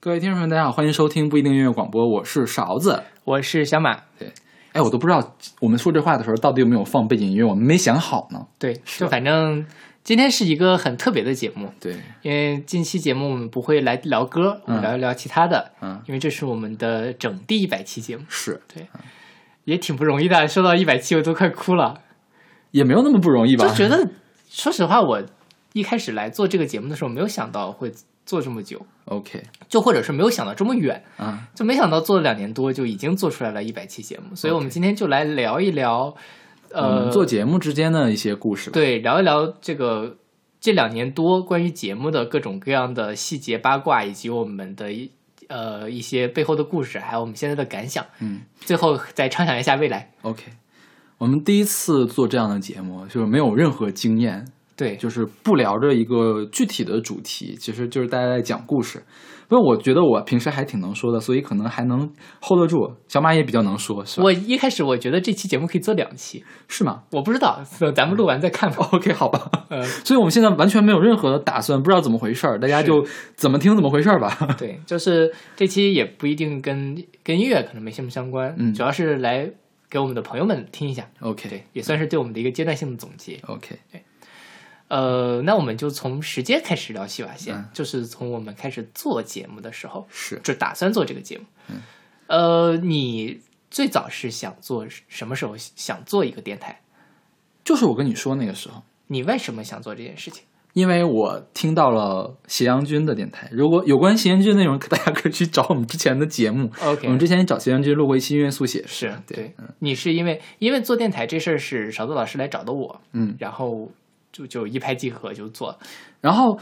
各位听众朋友们，大家好，欢迎收听不一定音乐广播，我是勺子。我是小马，哎，我都不知道我们说这话的时候到底有没有放背景音乐，我们没想好呢。对，是就吧反正今天是一个很特别的节目，对，因为近期节目我们不会来聊歌，我们聊一聊其他的，嗯，因为这是我们的整第一百期节目，是也挺不容易的，说到一百期我都快哭了，也没有那么不容易吧就？觉得说实话，我一开始来做这个节目的时候，没有想到会做这么久， OK，就或者是没有想到这么远，啊，就没想到做了两年多就已经做出来了一百期节目，所以我们 OK 嗯今天就来聊一聊，我呃，们做节目之间的一些故事吧。对，聊一聊这个这两年多关于节目的各种各样的细节八卦，以及我们的一呃一些背后的故事，还有我们现在的感想。嗯，最后再畅想一下未来。 OK，我们第一次做这样的节目，就是没有任何经验，对，就是不聊着一个具体的主题，其实就是大家在讲故事。不过我觉得我平时还挺能说的，所以可能还能 hold 得住。小马也比较能说，是吧？我一开始我觉得这期节目可以做两期，是吗我不知道，咱们录完再看吧。 ？OK，好吧。呃，所以我们现在完全没有任何的打算，不知道怎么回事儿，大家是就怎么听怎么回事儿吧。 对，就是这期也不一定跟跟音乐可能没什么相关，嗯主要是来给我们的朋友们听一下， OK 对，也算是对我们的一个阶段性的总结。 OK，呃，那我们就从时间开始聊起吧，先、嗯就是从我们开始做节目的时候，是就打算做这个节目。嗯呃，你最早是想做什么时候想做一个电台？就是我跟你说那个时候，你为什么想做这件事 情？因为我听到了斜阳君的电台，如果有关斜阳君的内容，大家可以去找我们之前的节目。 OK 我们之前找斜阳君录过一期音乐速写，是对嗯对，你是因为因为做电台这事儿是勺子老师来找的我，嗯，然后就就一拍即合就做了。然后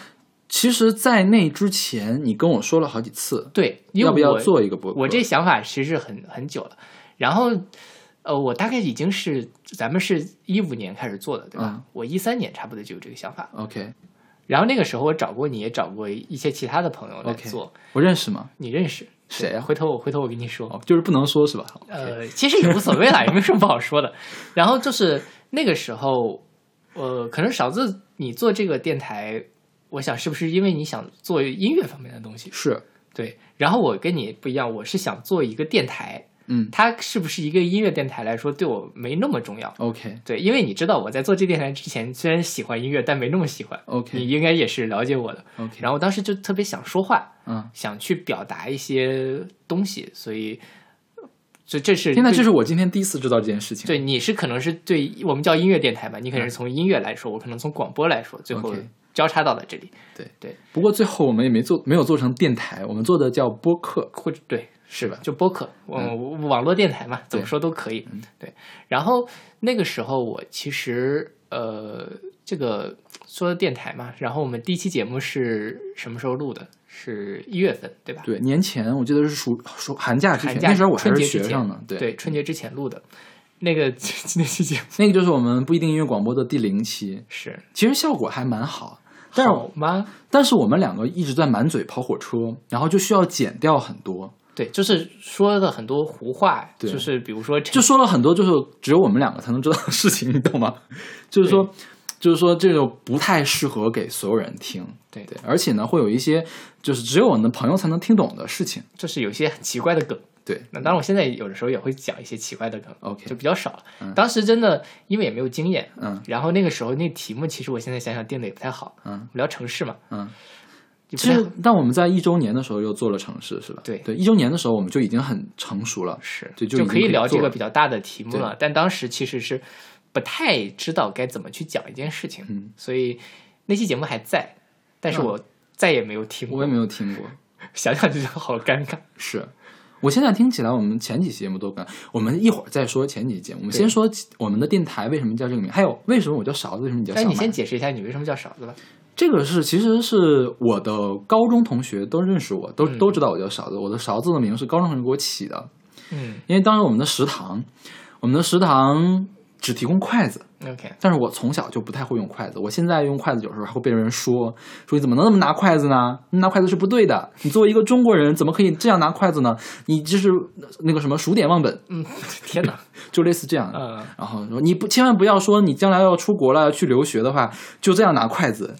其实，在那之前，你跟我说了好几次，对，因为要不要我做一个播客？我这想法其实很很久了，然后呃，我大概已经是咱们是一五年开始做的，对吧？嗯我一三年差不多就有这个想法了。 OK，然后那个时候我找过你，也找过一些其他的朋友来 OK 做我认识吗？你认识？谁啊？回头我回头我跟你说。哦，就是不能说是吧？呃，其实也无所 谓啦，也没有什么不好说的。然后就是那个时候，呃，可能勺子你做这个电台，我想是不是因为你想做音乐方面的东西？是，对。然后我跟你不一样，我是想做一个电台，嗯它是不是一个音乐电台来说，对我没那么重要。 ，OK 对，因为你知道我在做这电台之前，虽然喜欢音乐，但没那么喜欢。你 OK 应该也是了解我的。 OK，然后我当时就特别想说话，嗯，想去表达一些东西，所以这这是现在对这是我今天第一次知道这件事情。对你是可能是对我们叫音乐电台嘛，你可能是从音乐来说，我可能从广播来说，最后嗯 OK 交叉到了这里，不过最后我们也没做，没有做成电台，我们做的叫播客，或者对是吧？就播客，嗯，网络电台嘛，怎么说都可以。嗯对，然后那个时候我其实呃，这个说电台嘛，然后我们第一期节目是什么时候录的？是一月份，对吧？对，年前我记得是暑暑寒假之前寒，假那时候我还春是节之学前生呢。对，对，春节之前录的。那个 那期节目那个就是我们不一定音乐广播的第零期，是其实效果还蛮好，但是好吗？但是我们两个一直在满嘴跑火车，然后就需要剪掉很多，对，就是说的很多胡话，对就是比如说就说了很多就是只有我们两个才能知道的事情，你懂吗？就是说，就是说这种不太适合给所有人听，对对，而且呢会有一些就是只有我们的朋友才能听懂的事情，就是有一些很奇怪的梗。对那当然，我现在有的时候也会讲一些奇怪的梗就，OK，比较少了。嗯当时真的因为也没有经验，嗯然后那个时候那题目其实我现在想想定的也不太好，嗯。聊城市嘛，嗯，也不其太实，但我们在一周年的时候又做了城市，是吧？对对，一周年的时候我们就已经很成熟了。是对就已就经可以可以聊这做个了比较大的题目了。但当时其实是不太知道该怎么去讲一件事情，嗯，所以那期节目还在，但是嗯我再也没有听我过，也没有听过。想想就觉得好尴尬。是，我现在听起来我们前几期节目都跟我们一会儿再说前几期节目，我们对先说我们的电台为什么叫这个名，还有为什么我叫勺子，为什么你叫但小马是哎你？先解释一下你为什么叫勺子吧。这个是其实是我的高中同学都认识我，都、嗯都知道我叫勺子，我的勺子的名是高中同学给我起的，嗯因为当时我们的食堂，我们的食堂只提供筷子。 ，OK，但是我从小就不太会用筷子，我现在用筷子有时候还会被人说说你怎么能那么拿筷子呢？你拿筷子是不对的，你作为一个中国人怎么可以这样拿筷子呢？你这是那个什么数典忘本，嗯， 天哪，就类似这样的。嗯。然后说你不千万不要说你将来要出国了要去留学的话，就这样拿筷子，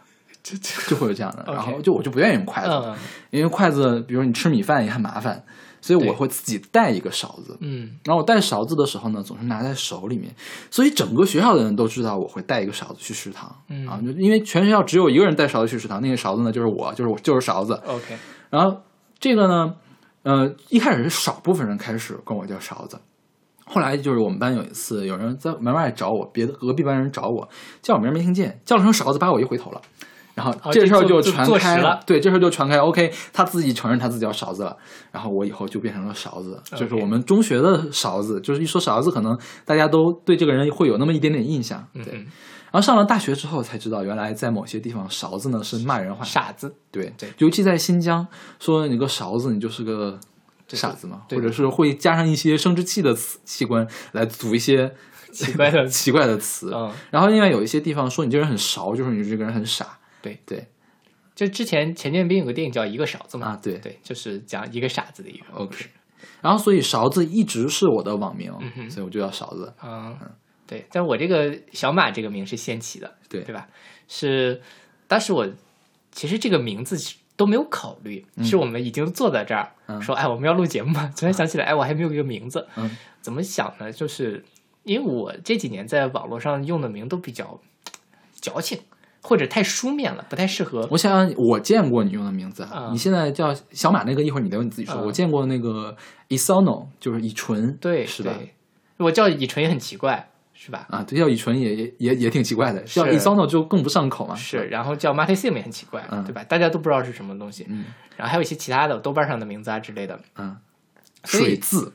这这，就会有这样的。 OK 然后就我就不愿意用筷子，嗯因为筷子，比如你吃米饭也很麻烦，所以我对会自己带一个勺子。嗯然后我带勺子的时候呢，总是拿在手里面，所以整个学校的人都知道我会带一个勺子去食堂、嗯啊，就因为全学校只有一个人带勺子去食堂，那个勺子呢就是我，就是我就是勺子。 ，OK，然后这个呢，呃，一开始是少部分人开始管我叫勺子，后来就是我们班有一次有人在门外找我，别的隔壁班人找我，叫我名儿没听见，叫了声勺子，把我一回头了。然后哦这就事儿坐就坐传坐开实了对，这事儿就传开。OK，他自己承认他自己叫勺子了，然后我以后就变成了勺子，就是 OK 我们中学的勺子。就是一说勺子，可能大家都对这个人会有那么一点点印象。嗯对，嗯，然后上了大学之后才知道，原来在某些地方勺子呢是骂人话，傻子，对对尤其在新疆，说你个勺子，你就是个对傻子嘛，对或者是会加上一些生殖器的词器官来组一些，奇怪的 奇怪的词。嗯，然后另外有一些地方说你这人很勺，就是你这个人很傻。对对就之前钱建斌有个电影叫《一个勺子》嘛，啊，对。嗯对，就是讲一个傻子的一个故 OK 事。然后所以勺子一直是我的网名，嗯哼所以我就叫勺子。嗯，对，但我这个小马这个名是先起的，对对吧？是当时我其实这个名字都没有考虑，是我们已经坐在这儿、嗯说，哎，我们要录节目嘛，突然想起来，哎，我还没有一个名字，嗯怎么想呢？就是因为我这几年在网络上用的名都比较矫情，或者太书面了，不太适合。我想想，我见过你用的名字啊你现在叫小马那个，一会儿你再问你自己说。啊我见过那个 Isono，就是乙醇，对，是吧？对？我叫乙醇也很奇怪，是吧？啊，对，叫乙醇也也也也挺奇怪的，是叫 Isono 就更不上口嘛。是，然后叫 m a t i s i m 也很奇怪，嗯对吧？大家都不知道是什么东西。嗯然后还有一些其他的豆瓣上的名字啊之类的。嗯，所以水字，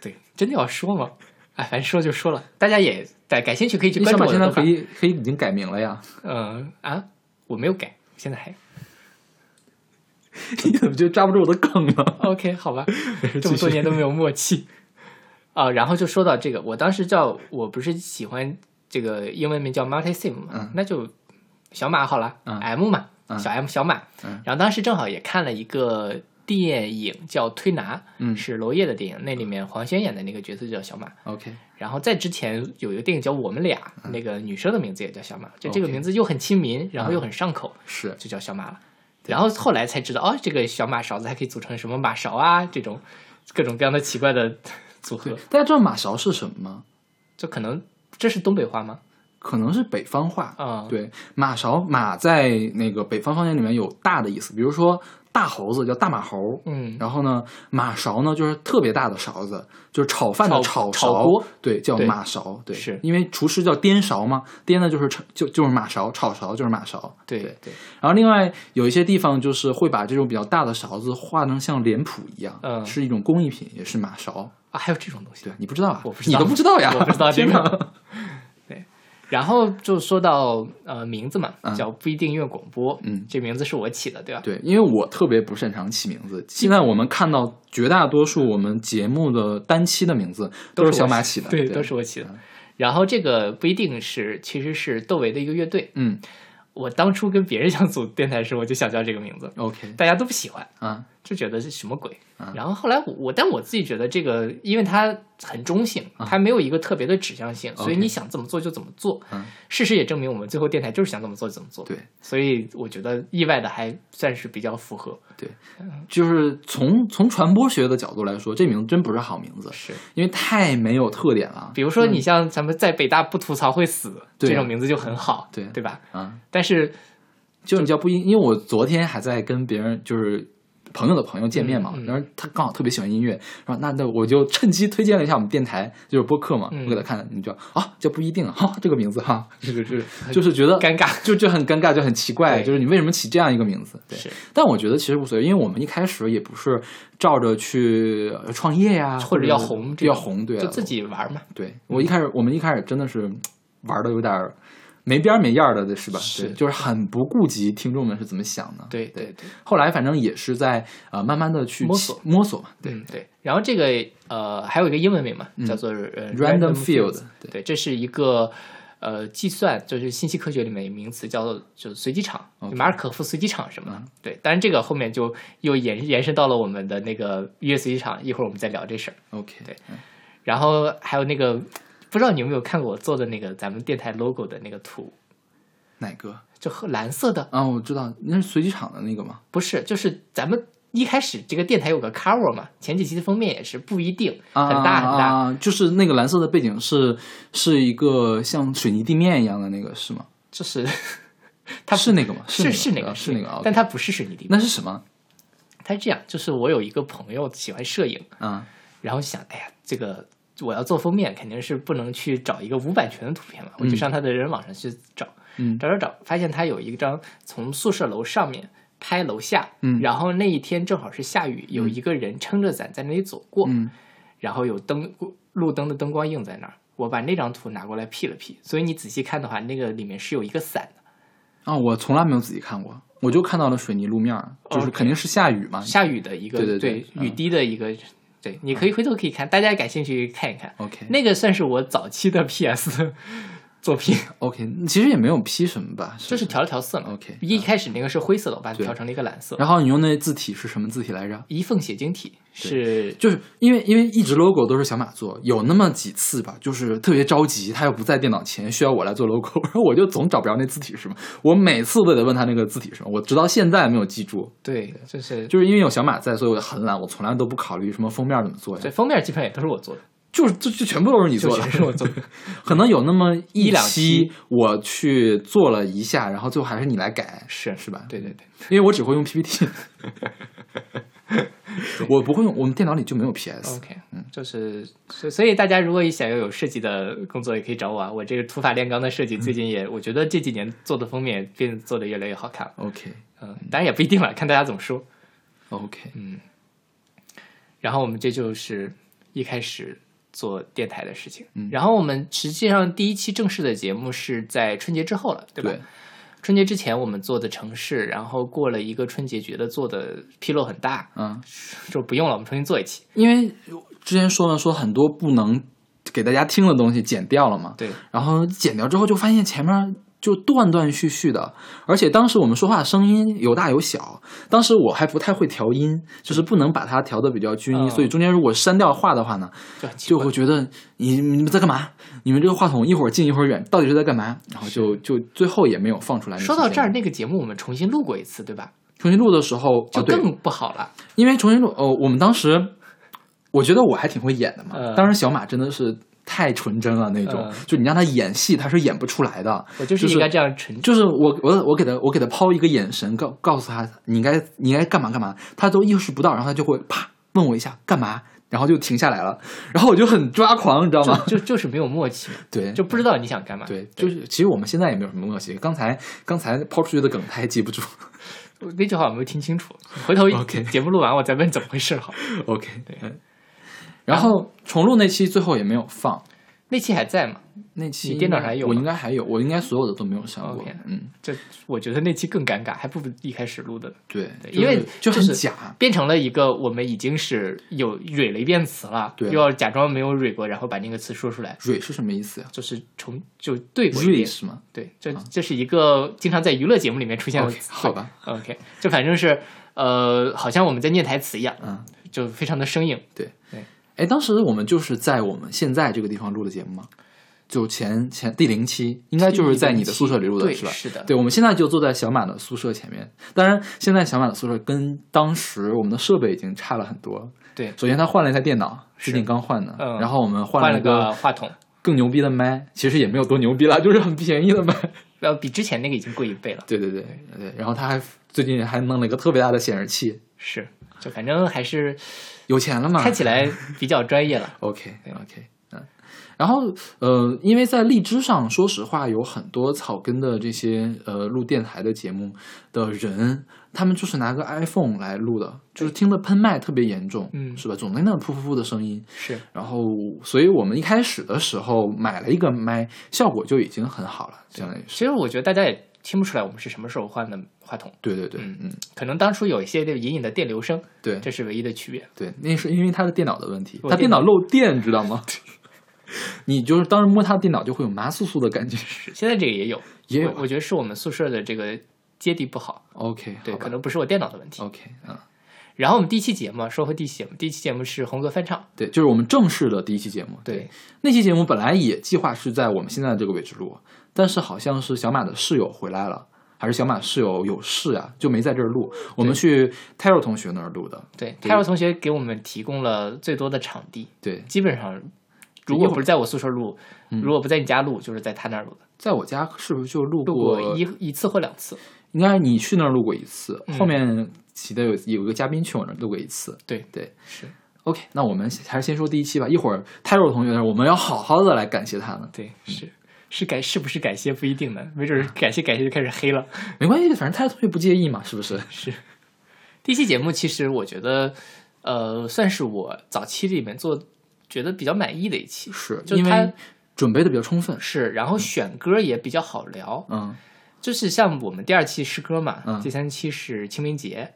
对，真的要说吗？哎，反正说就说了，大家也感感兴趣可以去你关小注马我现的在豆可瓣。以可以已经改名了 呀？嗯啊，我没有改，现在还你怎么就抓不住我的梗 了？ OK 好吧，这继么续多年都没有默契啊、然后就说到这个，我当时叫我不是喜欢这个英文名叫 Marty Sim 嘛，嗯那就小马好了、嗯 m 嘛，嗯小 M 小马。嗯然后当时正好也看了一个电影叫《推拿》，嗯是娄烨的电影，那里面黄轩演的那个角色就叫小马。 ，OK，然后在之前有一个电影叫《我们俩》，那个女生的名字也叫小马，就这嗯哦个 OK 嗯名字又很亲民，然后又很上口，是就叫小马了。然后后来才知道，哦，这个小马勺子还可以组成什么马勺啊，这种各种各样的奇怪的组合对。。大家知道马勺是什么吗？就可能这是东北话吗？可能是北方话。啊、嗯，对，马勺马在那个北方方言里面有大的意思，比如说大猴子叫大马猴，嗯，然后呢，马勺呢就是特别大的勺子，就是炒饭的炒勺，炒锅对，叫对马勺，对，是因为厨师叫颠勺嘛，颠的就是炒，就就是马勺，炒勺就是马勺，对对对，然后另外有一些地方就是会把这种比较大的勺子画成像脸谱一样，嗯是一种工艺品，也是马勺，啊，还有这种东西。对你不知道啊，我不知道你都不知道呀，我不知道这 天个哪，然后就说到呃名字嘛嗯，叫不一定乐广播，嗯这名字是我起的，对吧？对，因为我特别不擅长起名字，现在我们看到绝大多数我们节目的单期的名字都都是是小我马起的，嗯对，都是我起的。然后这个不一定是，其实是窦唯的一个乐队。嗯我当初跟别人想组电台时，我就想叫这个名字， ，OK 大家都不喜欢，啊，就觉得是什么鬼啊。然后后来我，我但我自己觉得这个，因为它很中性，它没有一个特别的指向性，所以嗯 OK 你想怎么做就怎么做嗯。事实也证明，我们最后电台就是想怎么做就怎么做。对，所以我觉得意外的还算是比较符合。就是从从传播学的角度来说，这名字真不是好名字，是，因为太没有特点了比如说你像咱们在北大不吐槽会死嗯对啊这种名字就很好，对对吧？啊。但是就你叫不一，因为我昨天还在跟别人就是朋友的朋友见面嘛，嗯嗯然后他刚好特别喜欢音乐，然后那那我就趁机推荐了一下我们电台，就是播客嘛，嗯我给他看，你就啊叫不一定啊，哈、这个名字哈，就是就是就是觉得尴尬就就很尴尬，就很奇怪，对就是你为什么起这样一个名字？对，是但我觉得其实无所谓，因为我们一开始也不是照着去呃创业呀、或者要红这要种红，对、啊，就自己玩嘛，对我一开始，我们一开始真的是嗯玩的有点儿没边儿没样儿的，是吧？是对，就是很不顾及听众们是怎么想的。对对对对，后来反正也是在呃慢慢的去摸索起摸索嘛。对嗯对。然后这个呃还有一个英文名嘛，叫做呃嗯 Random Field， Field，对对，这是一个。呃，计算就是信息科学里面有名词叫做就随机场 OK 嗯马尔可夫随机场什么的。对，当然这个后面就又延延伸到了我们的那个音乐随机场，一会儿我们再聊这事儿。 OK，对然后还有那个，不知道你有没有看过我做的那个咱们电台 logo 的那个图，哪个？就喝蓝色的，啊，我知道，那是随机场的那个吗？不是，就是咱们一开始这个电台有个 cover 嘛，前几期的封面也是不一定啊，很大很大，啊，就是那个蓝色的背景是是一个像水泥地面一样的那个是吗？就是它不是那个吗？是是那个个啊是那个啊，但它不是水泥地面，那是什么？它是这样，就是我有一个朋友喜欢摄影，啊然后想，哎呀，这个我要做封面，肯定是不能去找一个无版权的图片嘛，我就上他的人网上去找，嗯找找找，发现他有一张从宿舍楼上面拍楼下，嗯然后那一天正好是下雨，有一个人撑着伞在那里走过，嗯然后有灯路灯的灯光映在那儿，我把那张图拿过来 P 了 P，所以你仔细看的话，那个里面是有一个伞的。啊，我从来没有仔细看过，我就看到了水泥路面儿，就是肯定是下雨嘛。哦下雨的一个对对对嗯雨滴的一个，对，你可以回头可以看，大家感兴趣看一看。 OK 那个算是我早期的 PS 作品， OK，其实也没有 P 什么吧，就是调了调色嘛。嗯 OK 嗯一开始那个是灰色的，我把它对调成了一个蓝色。然后你用那字体是什么字体来着？一凤写晶体是就是因为因为一直 logo 都是小马做，有那么几次吧，就是特别着急，他又不在电脑前，需要我来做 logo，然后 我就总找不着那字体是什么，我每次都得问他那个字体是什么，我直到现在没有记住，对，就是就是因为有小马在，所以我很懒，我从来都不考虑什么封面怎么做对呀，封面基本上也都是我做的，就是就就全部都是你就做的，全是我做的。 可能有那么一两期期我去做了一下，然后最后还是你来改，是是吧？对对对，因为我只会用 PPT，我不会用，我们电脑里就没有 PS。 OK，就是所所以大家如果想要有设计的工作，也可以找我啊。我这个土法炼钢的设计，最近也、嗯我觉得这几年做的封面也变得做的越来越好看了。 OK 嗯，当然也不一定了，看大家怎么说。 OK，然后我们这就是一开始做电台的事情。嗯然后我们实际上第一期正式的节目是在春节之后了，对吧？对春节之前我们做的城市，然后过了一个春节，觉得做的纰漏很大，嗯，说不用了，我们重新做一期。因为之前说了说很多不能给大家听的东西剪掉了嘛，对，然后剪掉之后就发现前面就断断续续的，而且当时我们说话的声音有大有小，当时我还不太会调音，就是不能把它调的比较均一，嗯所以中间如果删掉话的话呢，就很奇就怪会。觉得你你们在干嘛？你们这个话筒一会儿近一会儿远，到底是在干嘛？然后就就最后也没有放出来那期节说目。到这儿，那个节目我们重新录过一次，对吧？重新录的时候，就啊对更不好了。因为重新录，呃，我们当时我觉得我还挺会演的嘛。嗯当时小马真的是太纯真了那种，嗯就你让他演戏，他是演不出来的。我就是就是应该这样 纯就是我我我给他我给他抛一个眼神，告告诉他你应该你应该干嘛干嘛，他都意识不到，然后他就会啪问我一下干嘛，然后就停下来了，然后我就很抓狂，你知道吗？就就是没有默契，啊对，就不知道你想干嘛。对，就是其实我们现在也没有什么默契，刚才刚才抛出去的梗他还记不住。我那句话我没有听清楚，回头 OK 节目录完我再问怎么回事好。 OK，对。然后重录那期最后也没有放，那期还在吗？那期你电脑上还有吗我应该还有，我应该所有的都没有删过 OK。嗯，这我觉得那期更尴尬，还不如一开始录的呢，对，对就是因为就就很是假。变成了一个我们已经是有蕊了一遍词了，对又要假装没有蕊过，然后把那个词说出来，蕊是什么意思呀？就是重就对过一蕊遍。是吗对，这这是一个经常在娱乐节目里面出现的啊？OK，词。好吧， OK，就反正是呃，好像我们在念台词一样，嗯，就非常的生硬。哎，当时我们就是在我们现在这个地方录的节目吗？就前前第零期，应该就是在你的宿舍里录的对，是吧？的，对，我们现在就坐在小马的宿舍前面。当然，现在小马的宿舍跟当时我们的设备已经差了很多。对首先他换了一台电脑，是最近刚换的，嗯然后我们换换了了一个个话筒，更牛逼的麦，其实也没有多牛逼啦，就是很便宜的麦。 然后比之前那个已经贵一倍了。对对对对，然后他还最近还弄了一个特别大的显示器，是，就反正还是有钱了嘛？看起来比较专业了。 OK OK，嗯，然后呃，因为在荔枝上，说实话有很多草根的这些呃录电台的节目的人，他们就是拿个 iPhone 来录的，就是听的喷麦特别严重，嗯是吧？总在那噗噗噗的声音。是，然后，所以我们一开始的时候买了一个麦，效果就已经很好了，相当于是。其实我觉得大家也听不出来我们是什么时候换的话筒，对对对，嗯嗯，可能当初有一些这个隐隐的电流声，对这是唯一的区别。对，那是因为他的电脑的问题，我他电电脑脑漏电，知道吗？ 你就是当时摸他的电脑就会有麻酥酥的感觉。是，现在这个也有，也有啊我我觉得是我们宿舍的这个接地不好， OK，对，好吧可能不是我电脑的问题。 OK，嗯，然后我们第一期节目说回第一期节目，第一期节目是红河翻唱，对，就是我们正式的第一期节目。对，那期节目本来也计划是在我们现在这个位置录，但是好像是小马的室友回来了，还是小马室友有事啊，就没在这儿录。我们去 Taro 同学那儿录的。对，泰若同学给我们提供了最多的场地，对，基本上如一会果儿不是在我宿舍录，嗯如果不在你家录，就是在他那儿录的，在我家是不是就录录过过一一次或两次。应该你去那儿录过一次，嗯后面起的有有一个嘉宾去我那儿录过一次。对对是， OK，那我们还是先说第一期吧。一会儿 Taro 同学那儿，我们要好好的来感谢他呢。对，是是感是不是感谢不一定呢，没准儿感谢感谢就开始黑了。没关系，反正 Taro 同学不介意嘛，是不是？是，第一期节目其实我觉得，呃，算是我早期里面做觉得比较满意的一期，是就因他为准备的比较充分。是，然后选歌也比较好聊，嗯，就是像我们第二期诗歌嘛，嗯第三期是清明节，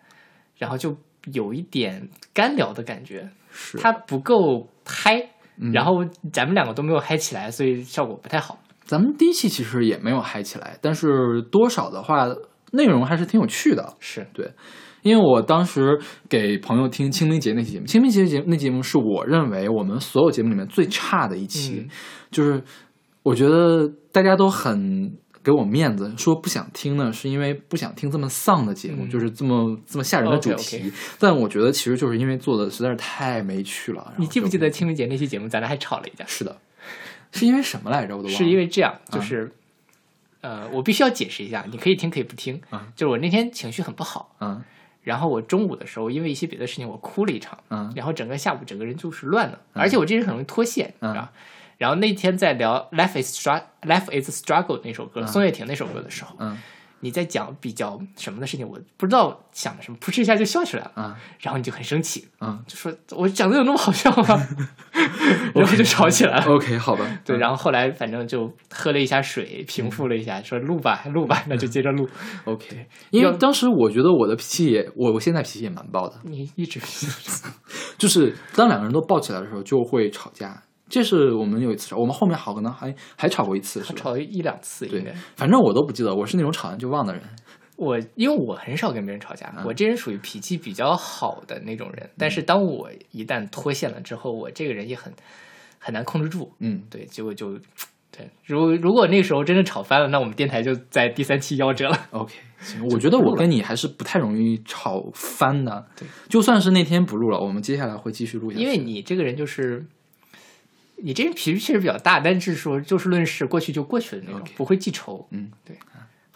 然后就有一点干聊的感觉，是。它不够嗨，嗯然后咱们两个都没有嗨起来，所以效果不太好。咱们第一期其实也没有嗨起来，但是多少的话，内容还是挺有趣的。是，因为我当时给朋友听清明节那期节目，清明节节那节目是我认为我们所有节目里面最差的一期，嗯就是我觉得大家都很给我面子，说不想听呢，是因为不想听这么丧的节目，嗯哦就是这么这么吓人的主 OK，OK 题。但我觉得其实就是因为做的实在是太没趣了。然后你记不就记得？清明节那期节目，咱俩还吵了一架？是的，是因为什么来着？我都忘了。是因为这样，啊就是、呃，我必须要解释一下，你可以听可以不听。啊就是我那天情绪很不好，嗯然后我中午的时候因为一些别的事情我哭了一场，嗯然后整个下午整个人就是乱的，而且我这人很容易脱线，嗯你知道。然后那天在聊《Life is Struggle》《Life is Struggle》那首歌，宋岳庭那首歌的时候，嗯你在讲比较什么的事情，我不知道想的什么，噗嗤一下就笑出来了，嗯然后你就很生气，嗯就说我讲的有那么好笑吗？ 然后就吵起 来了。 ，OK，好吧。对，然后后来反正就喝了一下水，平复了一下，说录吧，录吧，那就接着录。 OK，因 为要当时我觉得我的脾气也，我我现在脾气也蛮暴的，你一直 就是当两个人都抱起来的时候就会吵架。这是我们有一次吵，我们后面好可能还还吵过一次，是吧？吵了一两次，应对该，反正我都不记得，我是那种吵完就忘的人。我因为我很少跟别人吵嗯架，我这人属于脾气比较好的那种人，但是当我一旦脱线了之后，我这个人也很很难控制住。嗯，对，结果就对，如如果那时候真的吵翻了，那我们电台就在第三期夭折了。 OK，行，我觉得我跟你还是不太容易吵翻的。对，就算是那天不录了，我们接下来会继续录下去。 因为你这个人就是，你这人脾气确实比较大，但是说就事论事，过去就过去的那种 OK 不会记仇。嗯，对。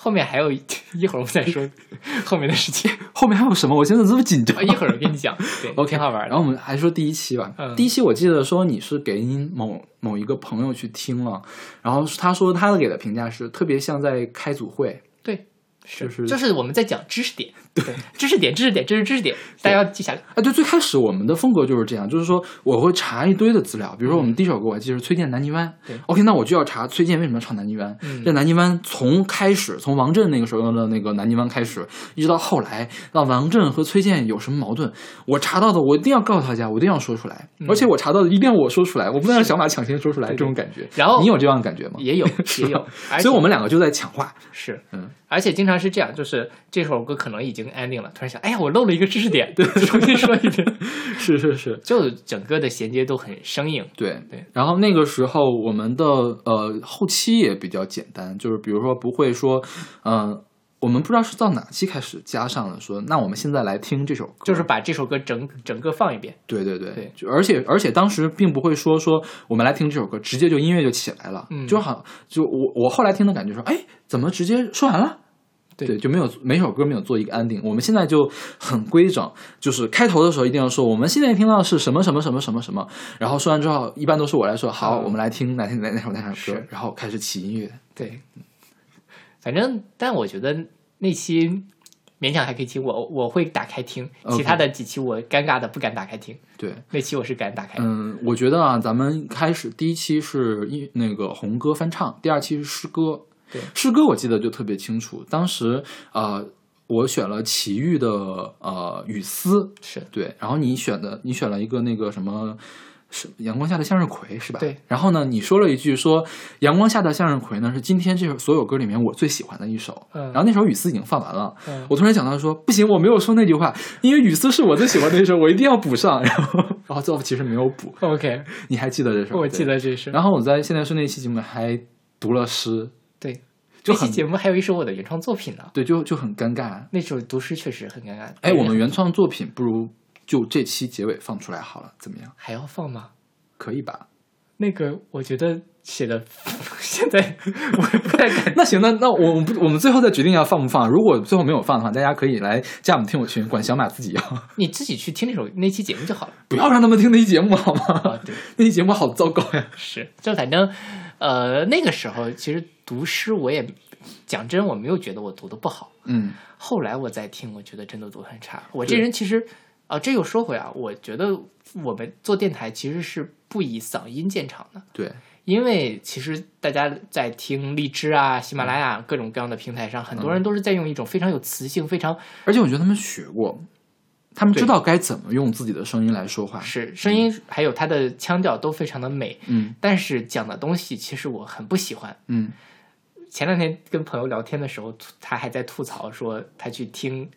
后面还有一 一会儿我们再说 后面的 事情，后面还有什么？我现在这么紧张啊。一会儿我跟你讲。对 OK，挺好玩然的。后我们还说第一期吧，嗯第一期我记得说你是给你某某一个朋友去听了，然后他说他给的评价是特别像在开组会，对，就是就是我们在讲知 识点，对，知识点，知识点，这是知识点，大家要记下来。啊，对，最开始我们的风格就是这样，就是说我会查一堆的资料，比如说我们第一首歌我还记得是崔健《南泥湾对》 ，OK，那我就要查崔健为什么要唱《南泥湾》嗯这《南泥湾》从开始，从王震那个时候的那个《南泥湾》开始，一直到后来，那王震和崔健有什么矛盾，我查到的我一定要告诉大家，我一定要说出来，而且我查到的一定要我说出来，我不能让小马抢先说出来这种感觉。然后你有这样的感觉吗？也有，也有，而且所以我们两个就在抢话，是，嗯，而且经常是这样，就是这首歌可能已经 ending 了，突然想，哎呀，我漏了一个知识点，对，重新说一遍， 是是是，就整个的衔接都很生硬。对对。然后那个时候我们的呃后期也比较简单，就是比如说不会说，嗯、我们不知道是到哪期开始加上了说，那我们现在来听这首歌，就是把这首歌整整个放一遍。对对对，对就而且而且当时并不会说说我们来听这首歌，直接就音乐就起来了，嗯就好就我我后来听的感觉说，哎，怎么直接说完了？对就没有每首歌没有做一个 ending，我们现在就很规整，就是开头的时候一定要说我们现在听到的是什么什么什么什么什么，然后说完之后，一般都是我来说，好，嗯我们来听哪天哪哪首哪首歌是，然后开始起音乐，对，嗯反正但我觉得那期勉强还可以听，我我会打开听， OK 其他的几期我尴尬的不敢打开听，对，那期我是敢打开。嗯，我觉得啊，咱们开始第一期是一那个红歌翻唱，第二期是诗歌。对诗歌我记得就特别清楚，当时呃，我选了齐豫的呃《雨丝》，是对，然后你选的你选了一个那个什么是阳光下的向日葵是吧？对。然后呢，你说了一句说阳光下的向日葵呢是今天这首所有歌里面我最喜欢的一首。嗯然后那首雨丝已经放完了，嗯我突然想到说不行，我没有说那句话，因为雨丝是我最喜欢的一首，我一定要补上。然后，然后最后其实没有补。 OK，你还记得这首？我记对。得这是。然后我在现在是那期节目还读了诗，对，就这很期节目还有一首我的原创作品呢。对，就就很尴尬。那首读诗确实很尴尬。哎，我们原创作品不如就这期结尾放出来好了，怎么样？哎还要放吗？可以吧？那个我觉得 写的，现在我也不太敢。那行，那那我们不，我们最后再决定要放不放。如果最后没有放的话，大家可以来加我们听友群，管小马自己要， 你自己去听那首那期节目就好 了。不要让他们听那期节目好吗？ 啊，对，那期节目好糟糕呀！是，就反正，呃，那个时候其实读诗我也讲真，我没有觉得我读的不好。嗯，后来我再听，我觉得真的读得很差。我这人其实，啊、这又说回啊，我觉得我们做电台其实是不以嗓音见长的，对，因为其实大家在听荔枝啊、喜马拉雅各种各样的平台上，很多人都是在用一种非常有磁性、非常而且我觉得他们学过，他们对知道该怎么用自己的声音来说话。是声音，还有它的腔调都非常的美。嗯但是讲的东西其实我很不喜欢。嗯，前两天跟朋友聊天的时候，吐他还在吐槽说他去听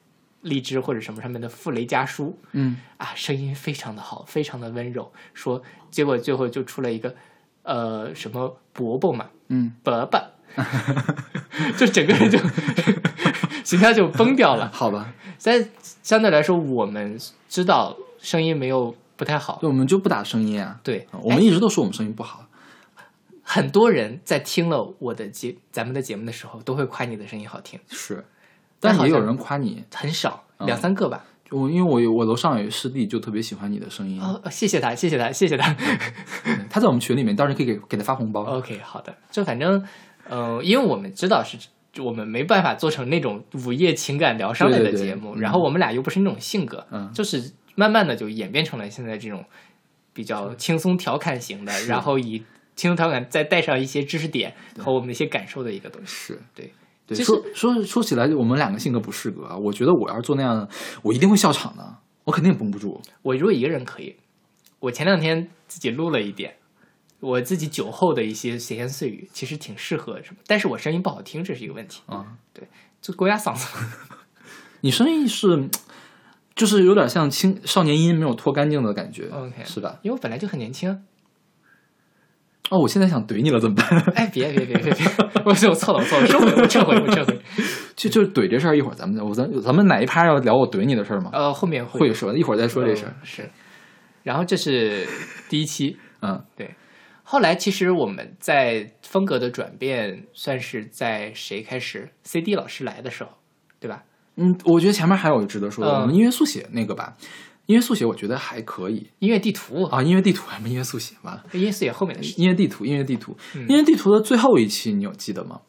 荔枝或者什么上面的傅雷家书，嗯，啊，声音非常的好，非常的温柔。说结果最后就出了一个呃什么伯伯嘛，嗯，伯伯， 就整个人就 形象就崩掉了。好吧，但相对来说，我们知道声音没有不太好对，，我们就不打声音啊。对，我们一直都说我们声音不好，很多人在听了我的节咱们的节目的时候，都会夸你的声音好听，是，但但好也有像人夸你。很少嗯两三个吧。就我因为我有我楼上有一师弟就特别喜欢你的声音，哦，谢谢他，谢谢他，谢谢他。嗯他在我们群里面，到时候可以给给他发红包。 OK，好的，就反正，嗯、因为我们知道是。我们没办法做成那种午夜情感疗伤类的对对对节目，嗯然后我们俩又不是那种性格，嗯就是慢慢的就演变成了现在这种比较轻松调侃型的，是然后以轻松调侃再带上一些知识点和我们的一些感受的一个东西。是对，对，其实说说说起来，我们两个性格不适格啊。我觉得我要是做那样，我一定会笑场的，我肯定绷不住。我如果一个人可以，我前两天自己录了一点，我自己酒后的一些闲言碎语，其实挺适合什么，但是我声音不好听，这是一个问题，啊、就勾压嗓子。你声音是，就是有点像青少年音没有脱干净的感觉 OK 是吧？因为我本来就很年轻啊。哦，我现在想怼你了，怎么办？ 哎，别别别别别，我我错了，我错了，撤回，我撤回，我撤回。就就是怼这事儿，一会儿咱们再我咱咱们哪一趴要聊我怼你的事儿吗？呃，后面会会说，一会儿再说这事儿。嗯是。然后这是第一期，嗯对。后来其实我们在风格的转变，算是在谁开始？CD 老师来的时候，对吧？嗯，我觉得前面还有值得说的，嗯我们音乐速写那个吧，音乐速写我觉得还可以音乐地图，啊，音乐地图还没音乐速写完了。音乐也后面的事情。音乐地图，音乐地图，嗯音乐地图的最后一期你有记得吗？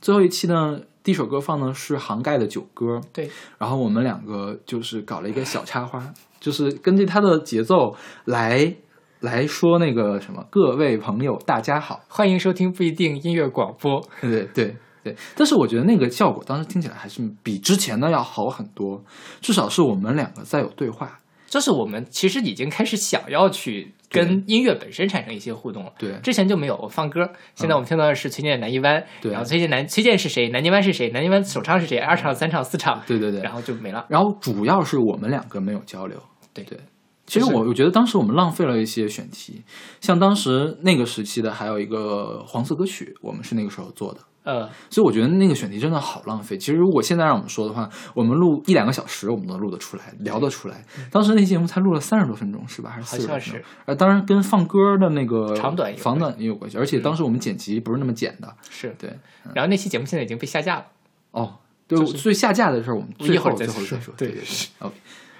最后一期呢，第一首歌放的是杭盖的《九歌》，对，然后我们两个就是搞了一个小插花，就是根据它的节奏来来说那个什么，各位朋友大家好，欢迎收听不一定音乐广播。 对对对。但是我觉得那个效果当时听起来还是比之前的要好很多，至少是我们两个在有对话。这是我们其实已经开始想要去跟音乐本身产生一些互动了。对嗯之前就没有，我放歌。现在我们听到的是崔健、南一湾，对然后崔健南崔健是谁？南一湾是谁？南一湾首唱是谁？二唱、三唱、四唱，对对对，然后就没了。然后主要是我们两个没有交流。对对，其实就是我我觉得当时我们浪费了一些选题，像当时那个时期的还有一个黄色歌曲，我们是那个时候做的，呃，所以我觉得那个选题真的好浪费。其实如果现在让我们说的话，我们录一两个小时，我们都录得出来，聊得出来。当时那期节目才录了三十多分钟，是吧？还是嗯好四十像分钟是？呃，当然跟放歌的那个长短有嗯长短也有关系，而且当时我们剪辑不是那么剪的，是。对，然后那期节目现在已经被下架了，哦。对，就是所以下架的事儿我们一最会后儿再最后说再说。对对对，OK，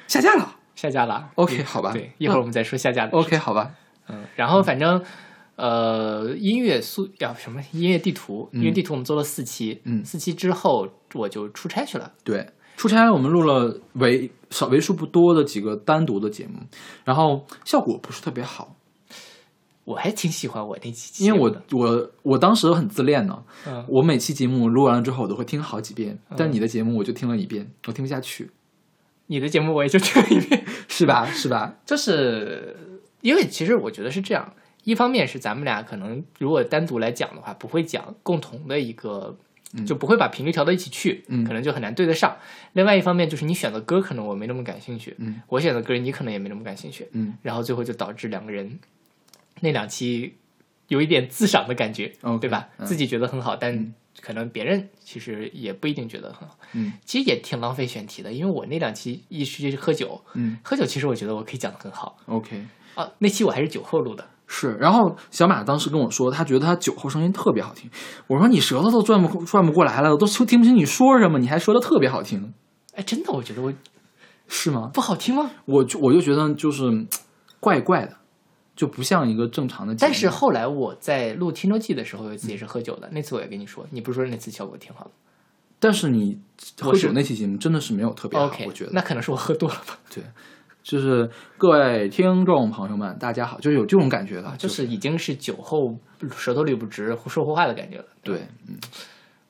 下架了。下架了。 OK，好吧。嗯哦对，一会儿我们再说下架的。 OK，好吧，嗯，然后反正呃，音乐速要、什么音乐地图，音乐地图我们做了四期，嗯四期之后我就出差去了。对，出差我们录了为少为数不多的几个单独的节目，然后效果不是特别好，我还挺喜欢我那期节因为目我的，我我当时很自恋呢，嗯，我每期节目录完了之后我都会听好几遍，但你的节目我就听了一遍，我听不下去，你的节目我也就听了一遍，是吧？是吧？就是因为其实我觉得是这样，一方面是咱们俩可能如果单独来讲的话，不会讲共同的一个，就不会把频率调到一起去，嗯可能就很难对得上。另外一方面就是你选的歌，可能我没那么感兴趣，嗯我选的歌你可能也没那么感兴趣，嗯然后最后就导致两个人那两期有一点自赏的感觉 OK，对吧？嗯自己觉得很好，但嗯可能别人其实也不一定觉得很好。嗯其实也挺浪费选题的，因为我那两期一去喝酒，嗯喝酒其实我觉得我可以讲的很好，OK。啊。那期我还是酒后录的，是，然后小马当时跟我说，他觉得他酒后声音特别好听。我说你舌头都转不转不过来了，我都听不清你说什么，你还说的特别好听，哎，真的，我觉得我是吗？不好听吗？我就我就觉得就是嗯怪怪的，就不像一个正常的节目。但是后来我在录《听周记》的时候，有一次也是喝嗯酒的，那次我也跟你说，你不是说那次效果挺好的但是你喝我是酒那期节目真的是没有特别好？OK，我觉得那可能是我喝多了吧，对，就是各位听众朋友们，大家好，就是有这种感觉的，就是已经是酒后舌头捋不直、胡说胡话的感觉了。对，嗯。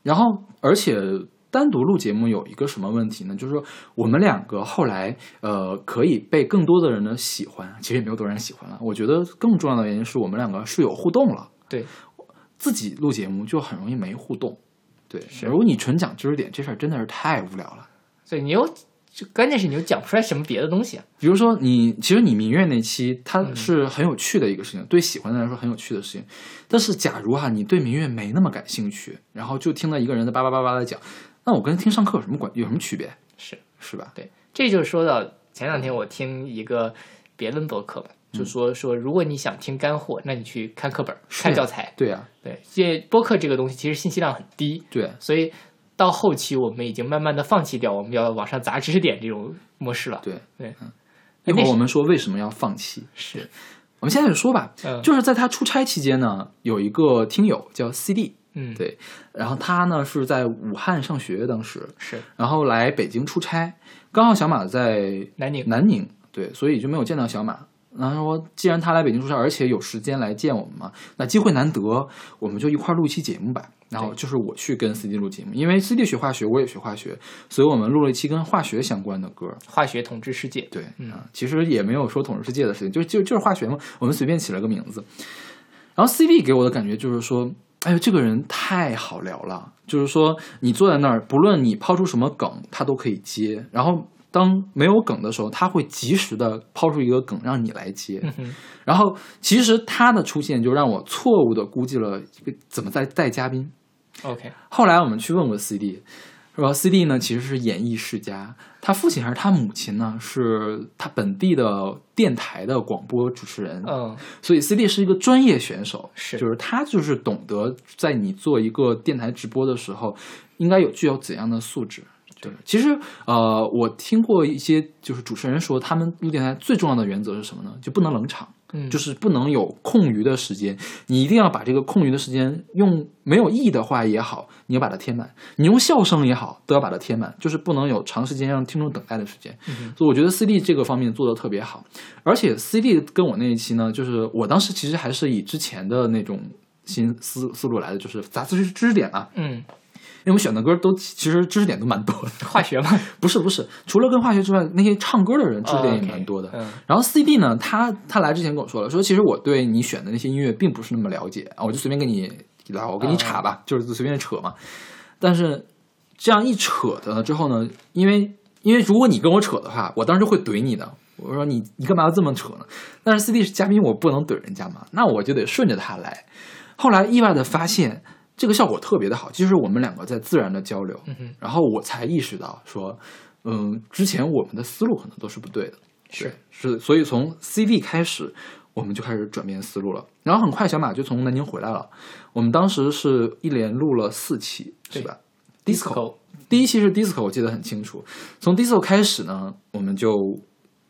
然后，而且单独录节目有一个什么问题呢？就是说，我们两个后来呃，可以被更多的人的喜欢，其实也没有多少人喜欢了。我觉得更重要的原因是我们两个是有互动了，对，自己录节目就很容易没互动。对，如果你纯讲知识点，这事儿真的是太无聊了。所以你又就关键是你又讲不出来什么别的东西啊。比如说你，其实你明月那期，它嗯是很有趣的一个事情，对喜欢的人来说很有趣的事情。但是，假如哈、你对明月没那么感兴趣，然后就听到一个人在叭叭叭叭的讲，那我跟听上课有什么关有什么区别，是是吧？对，这就说到前两天我听一个别论博客嘛，就说说如果你想听干货，那你去看课本、嗯是看教材。对啊，对，这播客这个东西其实信息量很低，对啊所以到后期我们已经慢慢的放弃掉我们要往上砸知识点这种模式了。对对嗯一那会哎那儿是我们说为什么要放弃，是，我们现在就说吧。嗯就是在他出差期间呢，有一个听友叫 CD，嗯，对，然后他呢是在武汉上学，当时，是然后来北京出差，刚好小马在南宁，南宁，对，所以就没有见到小马。然后说，既然他来北京出差，而且有时间来见我们嘛，那机会难得，我们就一块儿录一期节目吧。然后就是我去跟 CD 录节目，因为 CD 学化学，我也学化学，所以我们录了一期跟化学相关的歌。化学统治世界。对，嗯啊，其实也没有说统治世界的事情，就就就是化学嘛，我们随便起了个名字。然后 CD 给我的感觉就是说，哎呦，这个人太好聊了，就是说你坐在那儿，不论你抛出什么梗，他都可以接。然后当没有梗的时候，他会及时的抛出一个梗让你来接。嗯哼，然后其实他的出现就让我错误的估计了这个怎么在带嘉宾。 OK，后来我们去问过 CD，说 CD 呢其实是演艺世家，他父亲还是他母亲呢是他本地的电台的广播主持人，嗯，所以 CD 是一个专业选手，是就是他就是懂得在你做一个电台直播的时候，应该有具有怎样的素质。对，其实呃，我听过一些就是主持人说，他们录电台最重要的原则是什么呢？就不能冷场。嗯，就是不能有空余的时间，你一定要把这个空余的时间用没有意义的话也好，你要把它填满；你用笑声也好，都要把它填满，就是不能有长时间让听众等待的时间。嗯哼所以我觉得 CD 这个方面做的特别好，而且 CD 跟我那一期呢，就是我当时其实还是以之前的那种新思思路来的，就是杂志知识点啊，嗯，因为我选的歌都其实知识点都蛮多的，化学嘛， 不是不是，除了跟化学之外，那些唱歌的人知识点也 OK，蛮多的。嗯然后 CD 呢，他他来之前跟我说了，说其实我对你选的那些音乐并不是那么了解啊，我就随便跟你聊，我跟你扯吧，就是随便扯嘛。但是这样一扯的之后呢，因为因为如果你跟我扯的话，我当时就会怼你的。我说你你干嘛要这么扯呢？但是 CD 是嘉宾，我不能怼人家嘛，那我就得顺着他来。后来意外的发现，这个效果特别的好，就是我们两个在自然的交流，嗯哼，然后我才意识到说，嗯，之前我们的思路可能都是不对的，是对是，所以从 CD 开始，我们就开始转变思路了。然后很快，小马就从南宁回来了。我们当时是一连录了四期，是对吧？Disco 第一期是 Disco，我记得很清楚。从 Disco 开始呢，我们就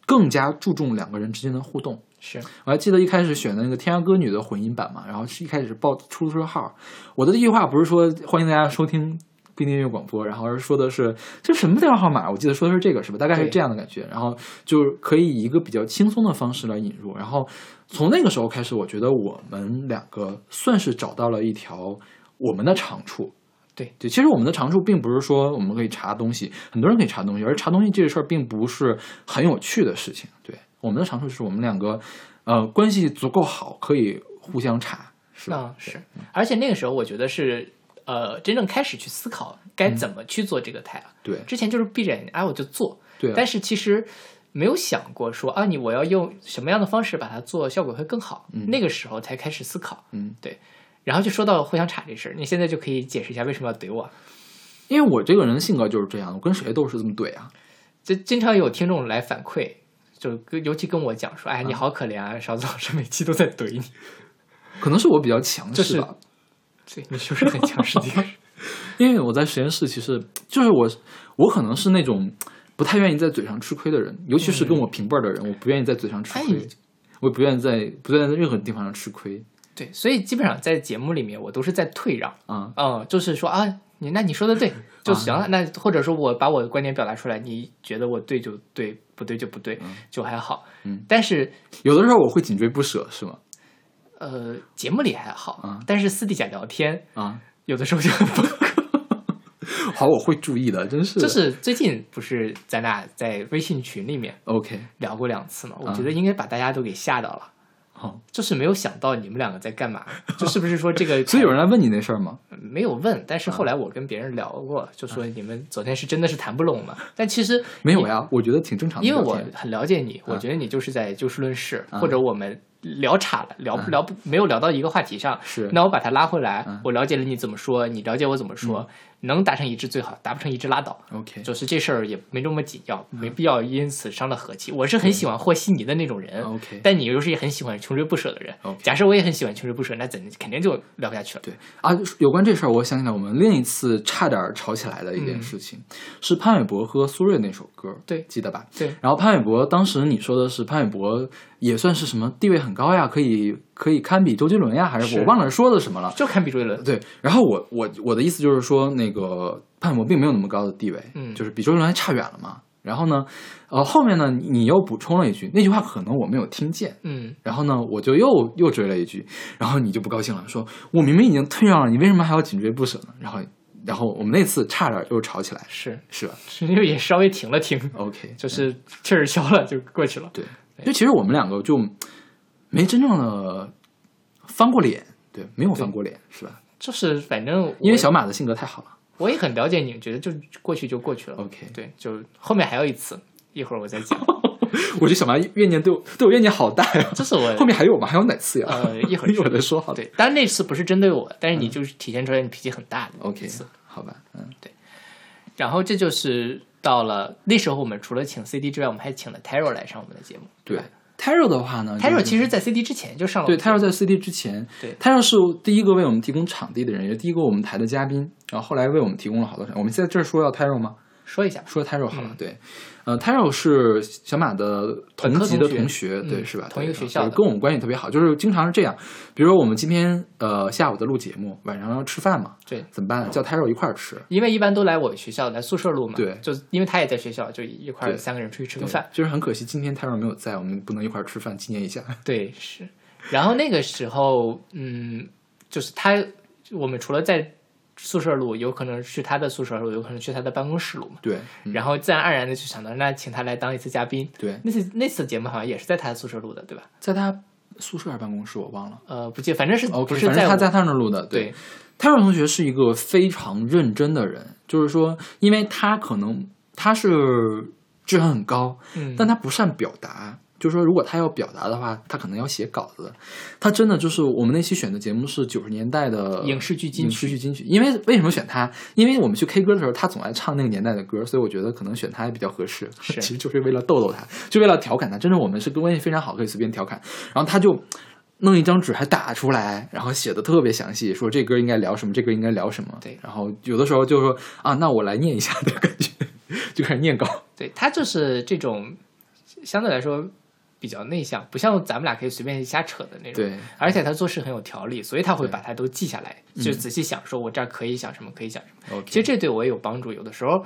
更加注重两个人之间的互动。是我还记得一开始选的那个《天涯歌女》的混音版嘛，然后是一开始是报出租车号。我的第一句话不是说欢迎大家收听规定音乐广播，然后而是说的是这什么电话号码？我记得说的是这个是吧？大概是对这样的感觉。然后就是可以以一个比较轻松的方式来引入。然后从那个时候开始，我觉得我们两个算是找到了一条我们的长处。对对，其实我们的长处并不是说我们可以查东西，很多人可以查东西，而查东西这个事儿并不是很有趣的事情。对我们的长处就是我们两个呃关系足够好，可以互相查，是吧？嗯，是。而且那个时候，我觉得是呃，真正开始去思考该嗯怎么去做这个台了。对之前就是闭着眼睛，哎，我就做。对啊但是其实没有想过说啊，你我要用什么样的方式把它做效果会更好。那个时候才开始思考。嗯，对。然后就说到互相查这事儿，你现在就可以解释一下为什么要怼我。因为我这个人性格就是这样，我跟谁都是这么怼啊。就经常有听众来反馈，就跟尤其跟我讲说，哎，你好可怜啊，勺子老师每期都在怼你。可能是我比较强就势是吧，对，你是不是很 强势？因为我在实验室，其实就是我，我可能是那种不太愿意在嘴上吃亏的人，尤其是跟我平辈儿的人，我不愿意在嘴上吃亏，嗯哎我不愿意在不愿意在任何地方上吃亏对，所以基本上在节目里面，我都是在退让。啊。嗯，就是说啊，你那你说的对就行了。那或者说我把我的观点表达出来，你觉得我对就对，不对就不对，就还好。嗯，但是有的时候我会紧追不舍，是吗？呃，节目里还好，嗯但是私底下聊天，啊，有的时候就很崩溃。 好，我会注意的，真是。就是最近不是咱俩在微信群里面 OK，聊过两次嘛，我嗯觉得应该把大家都给吓到了。好。就是没有想到你们两个在 干嘛，就是不是说这个所以有人来问你那事儿吗？没有问，但是嗯后来我跟别人聊过，就说你们昨天是真的是谈不拢嘛？但其实没有呀，我觉得挺正常的因为聊我天。很了解你，嗯我觉得你就是在就事论事，啊或者我们聊岔了，聊不聊不没有聊到一个话题上，嗯是那我把它拉回来嗯，我了解了你怎么说，你了解我怎么说，能达成一致最好，达不成一致拉倒。 OK，就是这事儿也没那么紧要，嗯没必要因此伤了和气。我是很喜欢和稀泥的那种人 OK 但你又是很喜欢穷追不舍的人。 OK 假设我也很喜欢穷追不舍，那怎肯定就聊不下去了。对啊，有关这事儿，我想起来我们另一次差点儿吵起来的一件事情，是潘玮柏和苏芮那首歌，嗯对记得吧？对然后潘玮柏当时你说的是潘玮柏也算是什么地位很高呀，可以可以堪比周杰伦呀，还是是我忘了说的什么了？就堪比周杰伦。对，然后我我我的意思就是说，那个潘玮柏并没有那么高的地位，嗯就是比周杰伦还差远了嘛。然后呢，呃，后面呢，你你又补充了一句，那句话可能我没有听见，嗯，然后呢，我就又又追了一句，然后你就不高兴了，说我明明已经退让了，你为什么还要紧追不舍呢？然后，然后我们那次差点又吵起来，是， 是吧是因为也稍微停了停， ？OK，就是气儿消了就过去了。对，就其实我们两个就没真正的翻过脸，对，没有翻过脸，是吧？就是反正我因为小马的性格太好了。我也很了解你，觉得就过去就过去了。 OK，对，就后面还有一次，一会儿我再讲。 我觉得小马怨念对我对我怨念好大呀。这是我后面还有吗？还有哪次呀？呃 一会儿一会儿再说好了。对，当然那次不是针对我，但是你就是体现出来你脾气很大的一嗯，OK，次好吧，嗯，然后这就是到了那时候，我们除了请 CD 之外，我们还请了 Taro 来上我们的节目。对。Taro 的话呢 t a r o 就是其实，在 CD 之前就上啊了我对，们泰节目，若在 CD 之前，对泰若是第一个为我们提供场地的人，也是第一个我们台的嘉宾，然后后来为我们提供了好多场。我们现在这儿说要泰若吗？说一下吧。说泰若好了，嗯对，呃，泰若是小马的同级的同学，同学对，嗯是吧？同一个对学校的对跟我们关系特别好，就是经常是这样，比如说我们今天呃下午在录节目，晚上要吃饭嘛，对，怎么办？啊叫泰若一块儿吃，因为一般都来我学校，来宿舍录嘛。对就是因为他也在学校，就一块儿对三个人出去吃个对饭。就是很可惜今天泰若没有在，我们不能一块儿吃饭纪念一 下。对，是。然后那个时候，嗯，就是他，我们除了在宿舍录，有可能去他的宿舍录，有可能去他的办公室录嘛。对，嗯，然后自然而然的就想到，那请他来当一次嘉宾。对，那次那次节目好像也是在他的宿舍录的，对吧？在他宿舍还是办公室我忘了呃，不记得，反正是不，OK，哦是反正在他我在他那儿录的，对泰若同学是一个非常认真的人，就是说，因为他可能他是质量很高，嗯但他不善表达。就是说，如果他要表达的话，他可能要写稿子。他真的就是我们那期选的节目是九十年代的影视剧金影曲视剧金曲。因为为什么选他？因为我们去 K 歌的时候，他总爱唱那个年代的歌，所以我觉得可能选他也比较合适。是 其实就是为了逗逗他，就为了调侃他。真的，我们是关系非常好，可以随便调侃。然后他就弄一张纸还打出来，然后写的特别详细，说这歌应该聊什么，这歌应该聊什么。对然后有的时候就说啊，那我来念一下的感觉，就开始念稿。对他就是这种相对来说比较内向，不像咱们俩可以随便瞎扯的那种。对，而且他做事很有条理，所以他会把它都记嗯下来，就仔细想，说我这儿可以想什么，可以想什么。 OK 其实这对我也有帮助。有的时候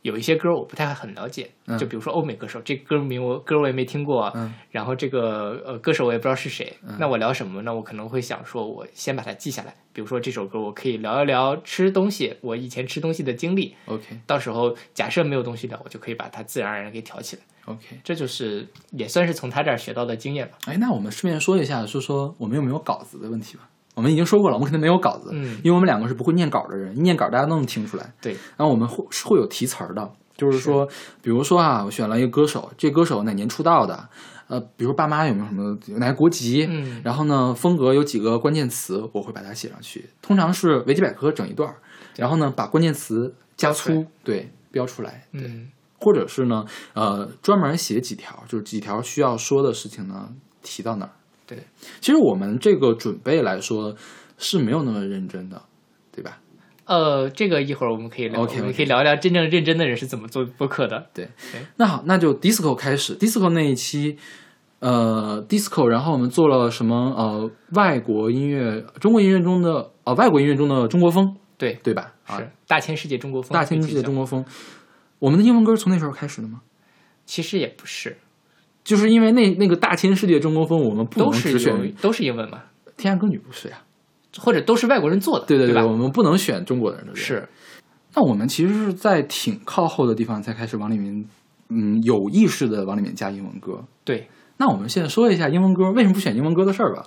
有一些歌我不太很了解，嗯就比如说欧美歌手，这歌名我歌我也没听过，啊嗯然后这个呃歌手我也不知道是谁，那我聊什么呢？我可能会想说，我先把它记下来。比如说这首歌，我可以聊一聊吃东西，我以前吃东西的经历。 OK 到时候假设没有东西聊，我就可以把它自然而然给挑起来。 OK，这就是也算是从他这儿学到的经验吧。哎，那我们顺便说一下，说说我们有没有稿子的问题吧。我们已经说过了，我们肯定没有稿子，嗯因为我们两个是不会念稿的人，念稿大家都能听出来。对，然后我们会是会有题词儿的，就是说，比如说啊，我选了一个歌手，这歌手哪年出道的？呃，比如爸妈有没有什么有哪个国籍？嗯然后呢，风格有几个关键词，我会把它写上去。通常是维基百科整一段儿，然后呢，把关键词加标粗，对，标出来，对。嗯，或者是呢，呃，专门写几条，就是几条需要说的事情呢，提到哪儿。对，其实我们这个准备来说是没有那么认真的，对吧？呃，这个一会儿我们可以聊 OK，OK 我们可以聊一聊真正认真的人是怎么做播客的。对对，那好，那就 disco 开始，disco 那一期，呃，disco，然后我们做了什么？呃，外国音乐，中国音乐中的，呃，外国音乐中的中国风，对，对吧？啊，是大千世界中国风，大千世界中国风，我们的英文歌从那时候开始的吗？其实也不是，就是因为那那个大千世界中国风，我们不能都是只选有都是英文嘛，天涯歌女不是呀、或者都是外国人做的，对对对，吧？我们不能选中国人的歌。是，那我们其实是在挺靠后的地方才开始往里面，嗯，有意识的往里面加英文歌。对，那我们现在说一下英文歌为什么不选英文歌的事 儿吧。，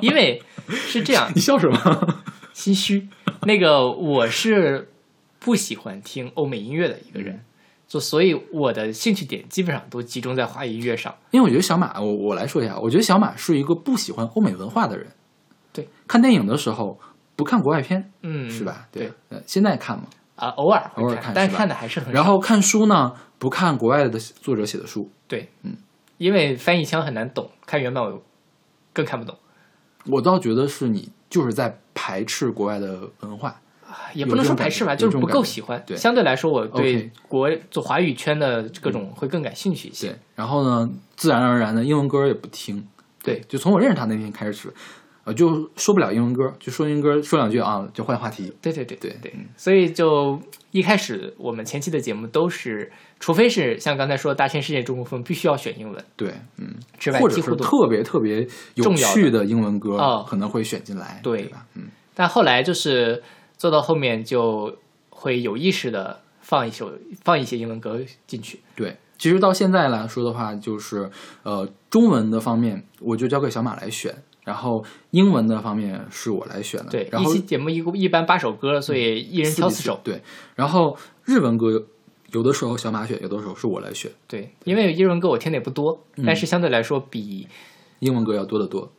因为是这样你笑什么？心虚。那个我是不喜欢听欧美音乐的一个嗯人，就所以我的兴趣点基本上都集中在华语音乐上。 因为我觉得小马，我我来说一下，我觉得小马是一个不喜欢欧美文化的人。对，看电影的时候不看国外片，嗯，是吧？对，呃，现在看嘛。啊、偶尔偶会尔看看，但是吧看的还是很少。然后看书呢，不看国外的作者写的书。对，嗯，因为翻译腔很难懂，看原版我更看不懂，我倒觉得是你就是在排斥国外的文化。也不能说排斥吧，有这就种是不够喜欢。感觉对相对来说，我对 OK 嗯国就华语圈的各种会更感兴趣一些。对，然后呢，自然而然的英文歌也不听。对，就从我认识他那天开始，呃，就说不了英文歌，就说英文歌说两句啊，就换话题。对对对对对嗯，所以就一开始我们前期的节目都是，除非是像刚才说的大千世界中国风，必须要选英文对，嗯，之外，或几者乎是都。特别特别有重要的趣的英文歌，哦可能会选进来，对对吧？嗯，但后来就是做到后面就会有意识的放一首放一些英文歌进去。对。其实到现在来说的话，就是呃，中文的方面我就交给小马来选，然后英文的方面是我来选的。对，嗯然一后嗯期节目一共一般八首歌，所以一人挑比四首。对，然后日文歌有的时候小马选，有的时候是我来选，对，因为英文歌我听的也不多，嗯但是相对来说比、英文歌要多得多。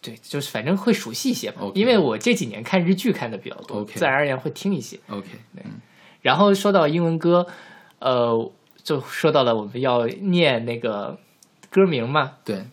对，就是反正会熟悉一些嘛。 OK 因为我这几年看日剧看的比较多 OK 自然而然会听一些。 OK，嗯然后说到英文歌，呃，就说到了我们要念那个歌名嘛。对，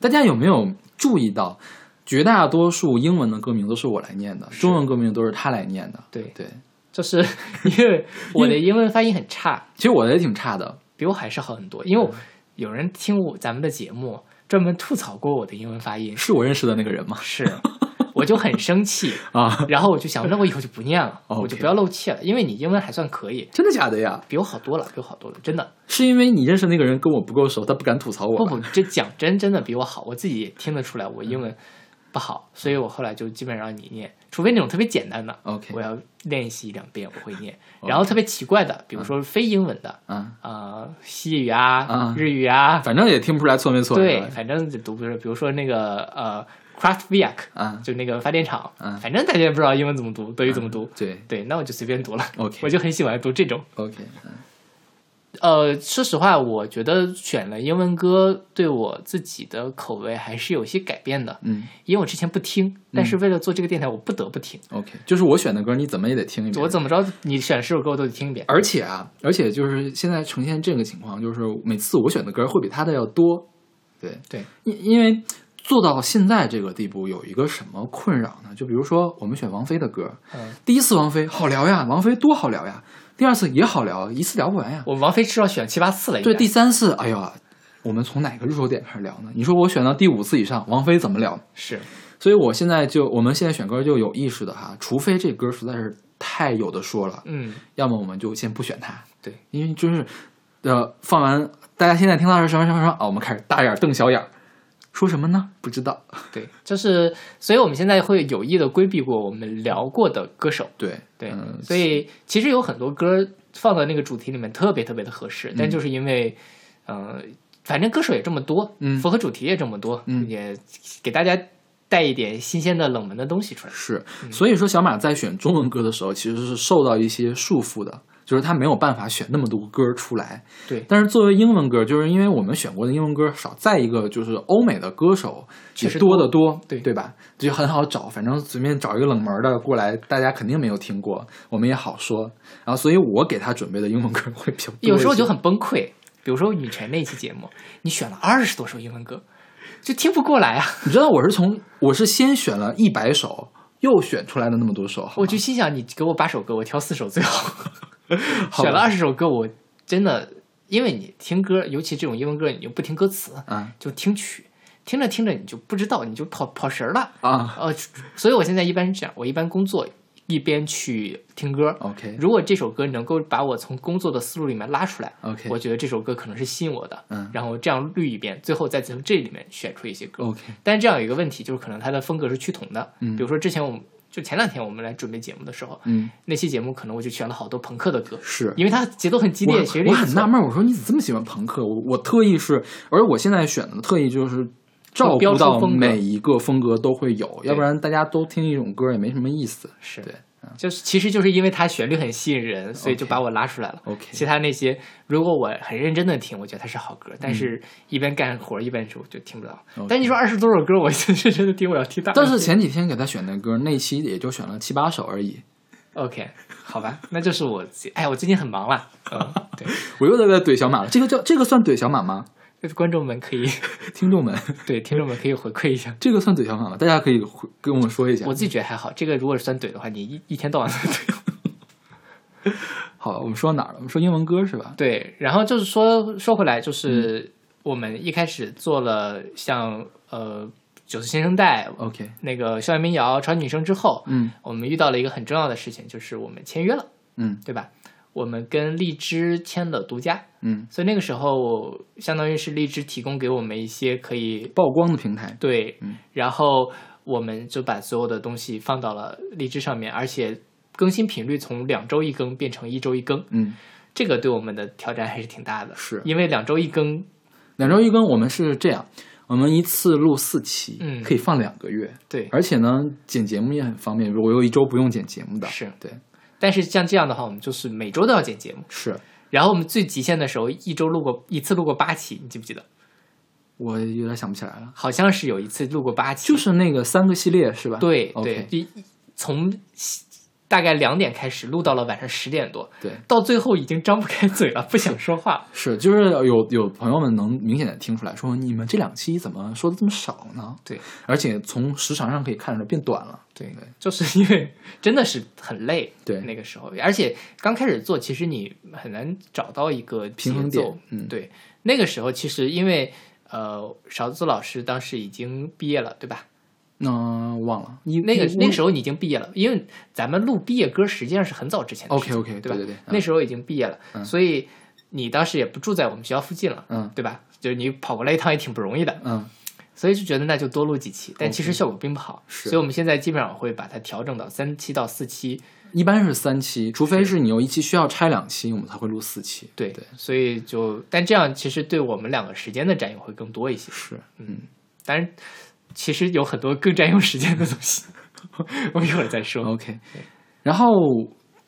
大家有没有注意到，绝大多数英文的歌名都是我来念的，中文歌名都是他来念的。对，对，就是 因为我的英文发音很差，其实我的也挺差的，比我还是好很多。因为嗯我有人听我咱们的节目，专门吐槽过我的英文发音，是我认识的那个人吗？是， 我就很生气。啊， 然后我就想，那我以后就不念了，哦 OK 我就不要露怯了，因为你英文还算可以，真的假的呀？比我好多了，比我好多了，真的。是因为你认识那个人跟我不够熟，他不敢吐槽我嗯不吧不，这讲真真的比我好，我自己也听得出来我英文不好，所以我后来就基本让你念，除非那种特别简单的 OK 我要练习一两遍我会念，然后特别奇怪的，嗯比如说非英文的，啊，呃，西语啊，啊日语啊，反正也听不出来错没错。是对，吧反正就读不是，比如说那个呃 Kraftwerk，、啊，就那个发电厂，啊反正大家也不知道英文怎么读，德语怎么读，对对，那我就随便读了。嗯 OK 我就很喜欢读这种。 ，OK，嗯呃，说实话，我觉得选了英文歌对我自己的口味还是有些改变的，嗯因为我之前不听，但是为了做这个电台，我不得不听。 ，OK，就是我选的歌，你怎么也得听一遍。我怎么着，你选十首歌我都得听一遍。而且啊，而且就是现在呈现这个情况，就是每次我选的歌会比他的要多。对对，因因为做到现在这个地步，有一个什么困扰呢？就比如说我们选王菲的歌，嗯，第一次王菲好聊呀，王菲多好聊呀；第二次也好聊，一次聊不完呀。我王菲至少选七八次了，应该对，第三次，哎呀，我们从哪个入手点开始聊呢？你说我选到第五次以上，王菲怎么聊？是所以我现在就我们现在选歌就有意识的哈，除非这歌实在是太有的说了，嗯，要么我们就先不选他，对，因为就是呃，放完大家现在听到是什么什么什么啊，我们开始大眼瞪小眼儿，说什么呢？不知道，对，就是，所以我们现在会有意的规避过我们聊过的歌手，对对，嗯，所以其实有很多歌放到那个主题里面特别特别的合适，嗯但就是因为，呃，反正歌手也这么多，嗯符合主题也这么多，嗯也给大家带一点新鲜的冷门的东西出来，是，所以说小马在选中文歌的时候，其实是受到一些束缚的，就是他没有办法选那么多歌出来。对但是作为英文歌，就是因为我们选过的英文歌少，再一个就是欧美的歌手确也实多多得多，对对吧？就很好找，反正随便找一个冷门的过来，大家肯定没有听过，我们也好说。然后，所以我给他准备的英文歌会比较多一些，有时候就很崩溃。比如说女权那期节目，你选了二十多首英文歌，就听不过来啊！你知道我是从我是先选了一百首，又选出来的那么多首，好我吗就心想，你给我八首歌，我挑四首最好。好吧选了二十首歌，我真的，因为你听歌，尤其这种英文歌，你就不听歌词，啊就听曲，听着听着你就不知道，你就跑跑神儿了。啊呃，所以我现在一般是这样，我一般工作一边去听歌。 ，OK 如果这首歌能够把我从工作的思路里面拉出来 OK 我觉得这首歌可能是吸引我的，嗯然后这样滤一遍，最后再从这里面选出一些歌。 OK，但是这样有一个问题，就是可能它的风格是趋同的。嗯比如说之前我们就前两天我们来准备节目的时候，嗯，那期节目可能我就选了好多朋克的歌，是。因为它节奏很激烈，我旋律我也不很错纳闷儿，我说你怎么这么喜欢朋克？我我特意是，而我现在选的特意就是照标顾出到风格每一个风格都会有，要不然大家都听一种歌也没什么意思。是对，就是其实就是因为它旋律很吸引人，所以就把我拉出来了。 OK 其他那些如果我很认真的听，我觉得它是好歌，但是一边干活一边是我就听不到。嗯 OK 但你说二十多首歌，我就认真的听，我要听大。但是前几天给他选的歌，那期也就选了七八首而已。 OK，好吧，那就是我自己哎，我最近很忙了。 嗯，对， 我又在这怼小马了，这个叫这个算怼小马吗？观众们可以，听众们，对听众们可以回馈一下。这个算怼小马吗？大家可以回跟我们说一下我。自己觉得还好，这个如果是算怼的话，你一一 天到晚都怼。好，我们说哪儿了？我们说英文歌是吧？对，然后就是说说回来，嗯就是我们一开始做了像呃九四新生代 OK，那个校园民谣潮女生之后，嗯我们遇到了一个很重要的事情，就是我们签约了，嗯对吧？我们跟荔枝签了独家，嗯，所以那个时候相当于是荔枝提供给我们一些可以曝光的平台，对嗯，然后我们就把所有的东西放到了荔枝上面，而且更新频率从两周一更变成一周一更，嗯，这个对我们的挑战还是挺大的，是因为两周一更，两周一更，我们是这样，我们一次录四期，嗯可以放两个月，对。而且呢，剪节目也很方便，我有一周不用剪节目的，是对，但是像这样的话，我们就是每周都要剪节目，是然后我们最极限的时候，一周录过一次录过八期，你记不记得？我有点想不起来了，好像是有一次录过八期，就是那个三个系列是吧？对 OK 对，一从大概两点开始录到了晚上十点多，对，到最后已经张不开嘴了，不想说话了。是就是有有朋友们能明显的听出来说，你们这两期怎么说的这么少呢？对，而且从时长上可以看出来变短了，对，就是因为 真的是很累，对那个时候，而且刚开始做，其实你很难找到一个平衡节奏点嗯对，那个时候其实因为呃，勺子老师当时已经毕业了，对吧？嗯、忘了，你那个我那个时候你已经毕业了，因为咱们录毕业歌实际上是很早之前的事情 OK，OK，对吧？对对对嗯那时候已经毕业了，嗯所以你当时也不住在我们学校附近了，嗯对吧？就是你跑过来一趟也挺不容易的，嗯所以就觉得那就多录几期，但 OK 其实效果并不好，是所以我们现在基本上会把它调整到三期到四期，一般是三期，除非是你有一期需要拆两期，我们才会录四期，对对所以就但这样其实对我们两个时间的占用会更多一些，是。当然其实有很多更占用时间的东西， 我一会儿再说。 OK，然后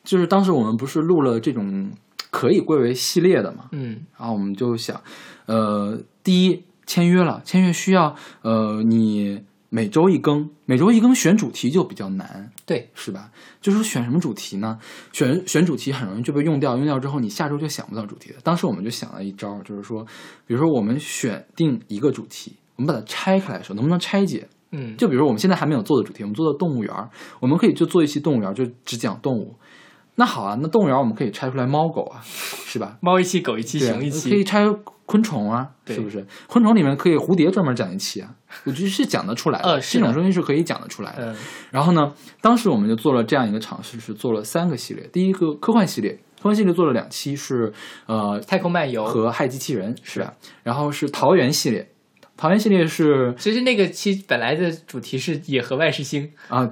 就是当时我们不是录了这种可以归为系列的嘛，嗯，然后我们就想，呃，第一签约了，签约需要呃你每周一更，每周一更选主题就比较难，对，是吧？就是说选什么主题呢？选选主题很容易就被用掉，用掉之后你下周就想不到主题了。当时我们就想了一招，就是说，比如说我们选定一个主题，我们把它拆开来的时候，能不能拆解？嗯，就比如我们现在还没有做的主题，我们做的动物园儿，我们可以就做一期动物园儿，就只讲动物。那好啊，那动物园儿我们可以拆出来猫狗啊，是吧？ 猫一期，狗一期，对啊熊一期，可以拆昆虫啊，对是不是？昆虫里面可以蝴蝶专门讲一期啊，我觉得是讲得出来的，呃是这的种东西是可以讲得出来的。嗯然后呢，当时我们就做了这样一个尝试，是做了三个系列，第一个科幻系列，科幻系列做了两期是呃太空漫游和害机器人是吧？然后是桃源系列，桃源系列是其实那个期本来的主题是野和外是星，啊、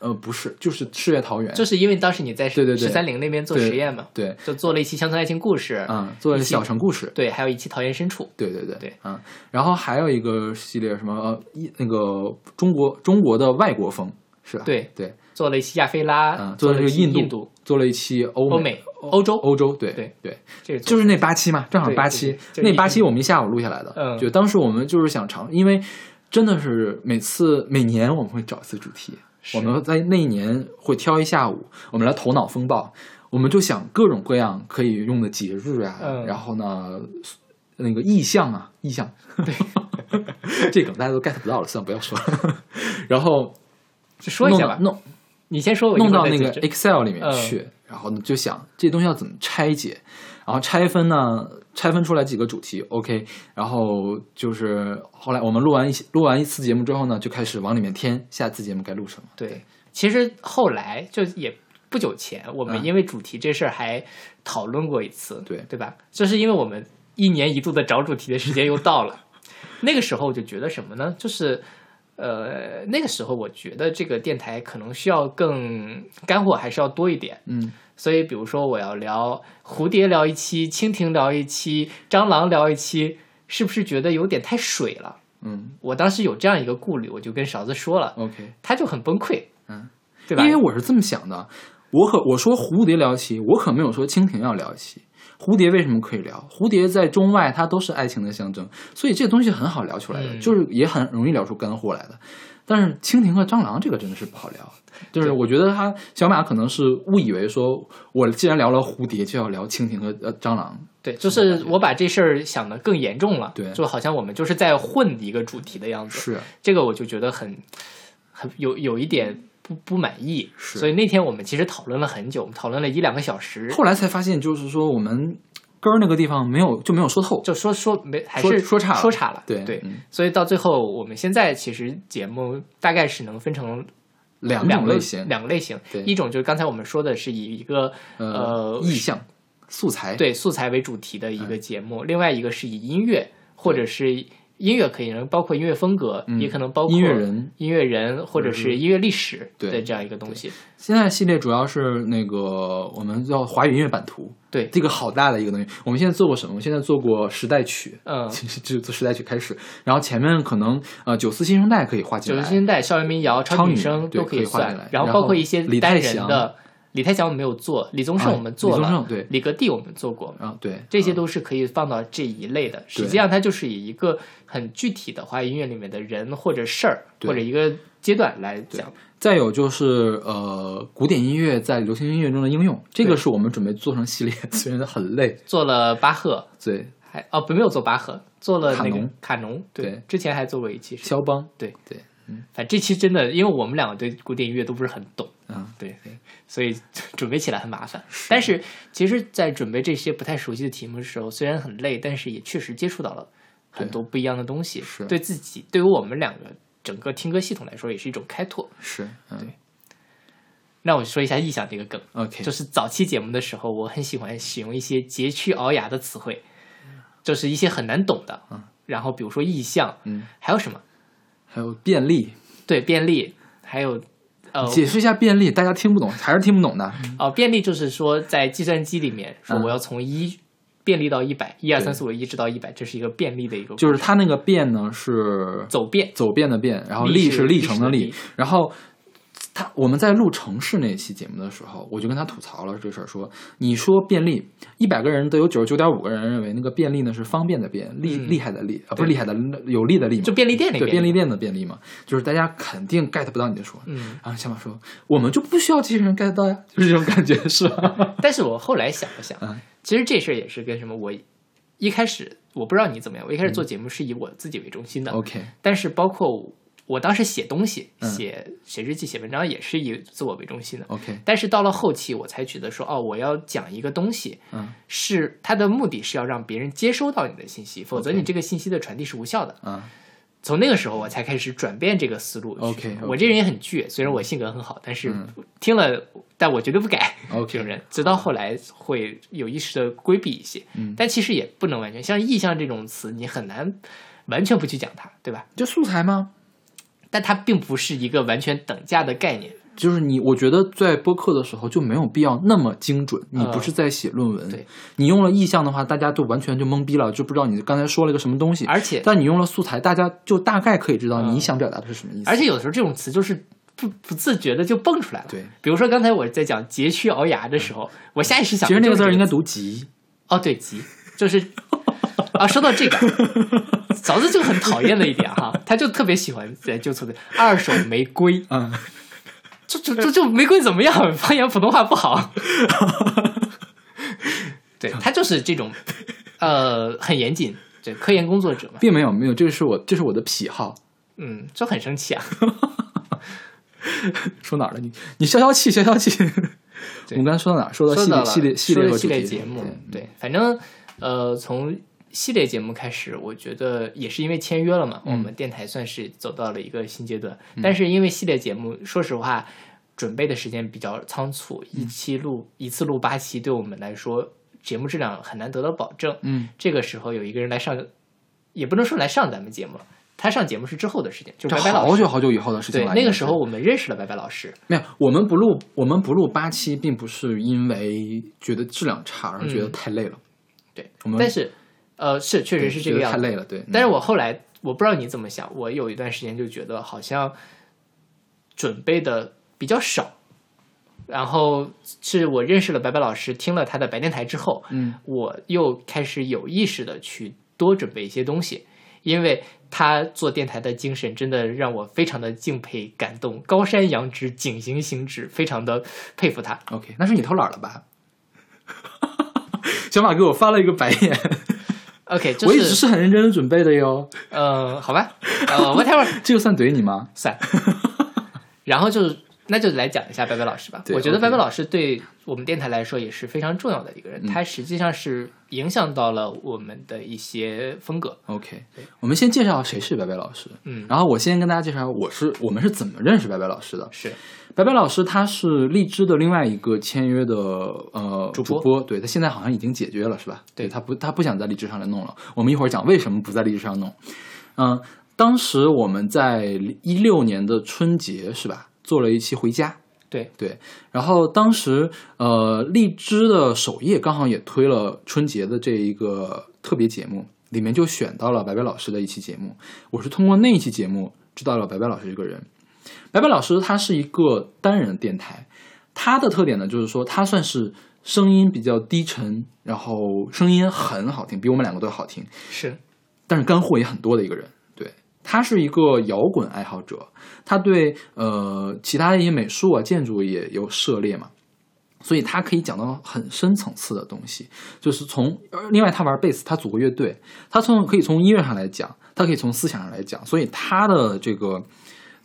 呃不是，就是赤月桃源，就是因为当时你在对对对十三陵那边做对实验嘛，对，就做了一期乡村爱情故事，嗯，做了一期小城故事，对，还有一期桃源深处，对对对对，嗯，然后还有一个系列什么呃一那个中国中国的外国风是吧？对对，做了一期亚非拉，嗯，做做了这一个期印印度，做了一期欧欧美美、欧洲，欧洲，对对对，这是就是那八期嘛，正好对八对期，对就那一八期我们一下午录下来的，嗯就当时我们就是想尝，因为真的是每次每年我们会找一次主题，是我们在那一年会挑一下午，我们来头脑风暴，我们就想各种各样可以用的节日啊，嗯然后呢，那个意象啊，意象，对， 这梗大家都 get 不到了，算了，不要说了。 然后就说一下吧，弄你先说，我弄一会儿弄到那再个解释 Excel 里面嗯去，然后呢就想这东西要怎么拆解，然后拆分呢，拆分出来几个主题，OK，然后就是后来我们录完一录完一次节目之后呢，就开始往里面添，下次节目该录什么。对，其实后来就也不久前，我们嗯因为主题这事儿还讨论过一次，对对吧？就是因为我们一年一度的找主题的时间又到了， 那个时候我就觉得什么呢？就是。呃，那个时候我觉得这个电台可能需要更干货，还是要多一点。嗯，所以，比如说我要聊蝴蝶聊一期，蜻蜓聊一期，蟑螂聊一期，是不是觉得有点太水了？嗯我当时有这样一个顾虑，我就跟勺子说了， ，OK，他就很崩溃，嗯，对吧？因为我是这么想的，我可我说蝴蝶聊一期，我可没有说蜻蜓要聊一期。蝴蝶为什么可以聊？蝴蝶在中外它都是爱情的象征，所以这东西很好聊出来的，嗯就是也很容易聊出干货来的。但是蜻蜓和蟑螂这个真的是不好聊，就是我觉得他小马可能是误以为说，我既然聊了蝴蝶，就要聊蜻蜓和呃蟑螂，对，就是我把这事儿想的更严重了，对就好像我们就是在混一个主题的样子，是这个我就觉得很很有有一点不不满意，是所以那天我们其实讨论了很久，我们讨论了一两个 小时，后来才发现，就是说我们根儿那个地方没有就没有说透，就说说没还说是说岔了说岔了，对对，嗯所以到最后我们现在其实节目大概是能分成两两种个类型，两个类型，对一种就是刚才我们说的是以一个呃呃意象素材，对素材为主题的一个节嗯目，另外一个是以音乐或者是音乐可以能包括音乐风格，嗯也可能包括音乐人嗯音乐人或者是音乐历史对的这样一个东西。现在系列主要是那个我们叫华语音乐版图，对，这个好大的一个东西。我们现在做过什么？我们现在做过时代曲，嗯，其实就从时代曲开始，然后前面可能呃九四新生代可以划进九来十，年代校园民谣、超超女女声对都可以以划进算来，然然包后括一些李单泰人祥的。李泰祥我们没有做，李宗盛我们做啊李了，宗盛对李格弟我们做过，啊对，这些都是可以放到这一类的。实际上，它就是以一个很具体的华语音乐里面的人或者事儿对或者一个阶段来讲。再有就是呃，古典音乐在流行音乐中的应用，这个对是我们准备做成系列，虽然很累，做了巴赫，对，还哦不没有做拔河，做了那卡个农卡农，对之前还做过一期是，肖邦，对对，反正这期真的，因为我们两个对古典音乐都不是很懂，嗯，对，所以准备起来很麻烦。但是其实，在准备这些不太熟悉的题目的时候，虽然很累，但是也确实接触到了很多不一样的东西，是对自己，对于我们两个整个听歌系统来说，也是一种开拓。是，嗯那我说一下意象这个梗， ，OK，就是早期节目的时候，我很喜欢使用一些佶屈聱牙的词汇，就是一些很难懂的。然后比如说意象，嗯，还有什么？还有便利，对，便利，还有呃解释一下便利，大家听不懂，还是听不懂的，哦，便利就是说在计算机里面说嗯我要从一便利到一百，一二三四五一直到一百，这是一个便利的一个就是它那个变呢是走遍。走遍的遍，然后历历是是历历史程的的历历，然后。他我们在录城市那期节目的时候，我就跟他吐槽了这事儿，说你说便利，一百个人都有九十九点五个人认为那个便利呢是方便的便，厉嗯厉害的厉啊，不是厉害的有利的利嘛，就便利店里对面，便利店的便利嘛，就是大家肯定 get 不到你的说，嗯，然后小马说我们就不需要这些人 get 到呀，就是这种感觉是 吧？但是我后来想了想嗯，其实这事儿也是跟什么？我嗯哦一开始我不知道你怎么样，我一开始做节目是以我自己为中心的， OK，但是包括我当时写东西、嗯写写日记、写文章也是以自我为中心的。 OK，但是到了后期，我才觉得说，哦，我要讲一个东西，嗯是它的目的是要让别人接收到你的信息，否则 OK 你这个信息的传递是无效的。嗯从那个时候，我才开始转变这个思路去。 OK，OK 我这人也很倔，虽然我性格很好，但是嗯听了，但我绝对不改。这种 ，OK，人，直到后来会有意识的规避一些，嗯但其实也不能完全像意象这种词，你很难完全不去讲它，对吧？就素材吗？但它并不是一个完全等价的概念，就是你，我觉得在播客的时候就没有必要那么精准。你不是在写论文，嗯对你用了意象的话，大家就完全就懵逼了，就不知道你刚才说了一个什么东西。而且但你用了素材，大家就大概可以知道嗯你想表达的是什么意思。而且有的时候这种词就是不不自觉的就蹦出来了。对，嗯比如说刚才我在讲佶屈聱牙的时候，我下意识想，其实那个字儿应该读“急哦，对，急，就是啊，说到这个，嫂子就很讨厌的一点哈，他就特别喜欢在就从二手玫瑰”，。嗯，就就就就玫瑰怎么样？方言普通话不好。对他就是这种，呃，很严谨，对科研工作者 嘛，并没有没有，这是我这是我的癖好。嗯，就很生气啊。说哪儿了？你你消消气，消消气。我对们刚才说到哪儿？说到说系到列了系列系说列了和系主列题节目，对嗯对，反正呃，从系列节目开始，我觉得也是因为签约了嘛，嗯我们电台算是走到了一个新阶段。但是因为系列节目，说实话，准备的时间比较仓促，嗯一期录一次录八期，对我们来说节目质量很难得到保证。嗯，这个时候有一个人来上，也不能说来上咱们节目了，他上节目是之后的事情，就这是白白老好师。久好久以后的事情对，了。那应该个是时候我们认识了白白老师，没有，我们不录，我们不录八期，并不是因为觉得质量差，而是觉得太累了，嗯对我们，但是呃，是确实是这觉个得样太子。累了，嗯对。嗯但是我后来我不知道你怎么想，我有一段时间就觉得好像准备的比较少，然后是我认识了白白老师，听了他的白电台之后，嗯，我又开始有意识的去多准备一些东西，因为他做电台的精神真的让我非常的敬佩、感动，高山仰止，景行行止，非常的佩服他。 OK，那是你偷懒了吧？ 小马给我发了一个白眼， OK，就我一直是是很认真的准备的哟，呃，好吧，呃，whatever，这个算怼你吗？算。 然后就那就来讲一下白白老师吧。对我觉得 OK 白白老师对我们电台来说也是非常重要的一个嗯人，他实际上是影响到了我们的一些风格。 OK，我们先介绍谁是白白老师，嗯然后我先跟大家介绍我是我们是怎么认识白白老师的。是白白老师他是荔枝的另外一个签约的呃主播播，对他现在好像已经解决了是吧？对他不他不想在荔枝上来弄了，我们一会儿讲为什么不在荔枝上弄。嗯、当时我们在一六年的春节是吧，做了一期回家，对，对，然后当时呃，荔枝的首页刚好也推了春节的这一个特别节目，里面就选到了白白老师的一期节目。我是通过那一期节目知道了白白老师这个人。白白老师他是一个单人电台，他的特点呢就是说他算是声音比较低沉，然后声音很好听，比我们两个都好听。是但是干货也很多的一个人。对，他是一个摇滚爱好者，他对呃其他的一些美术啊、建筑也有涉猎嘛，所以他可以讲到很深层次的东西。就是从呃另外他玩贝斯，他组过乐队，他从可以从音乐上来讲，他可以从思想上来讲，所以他的这个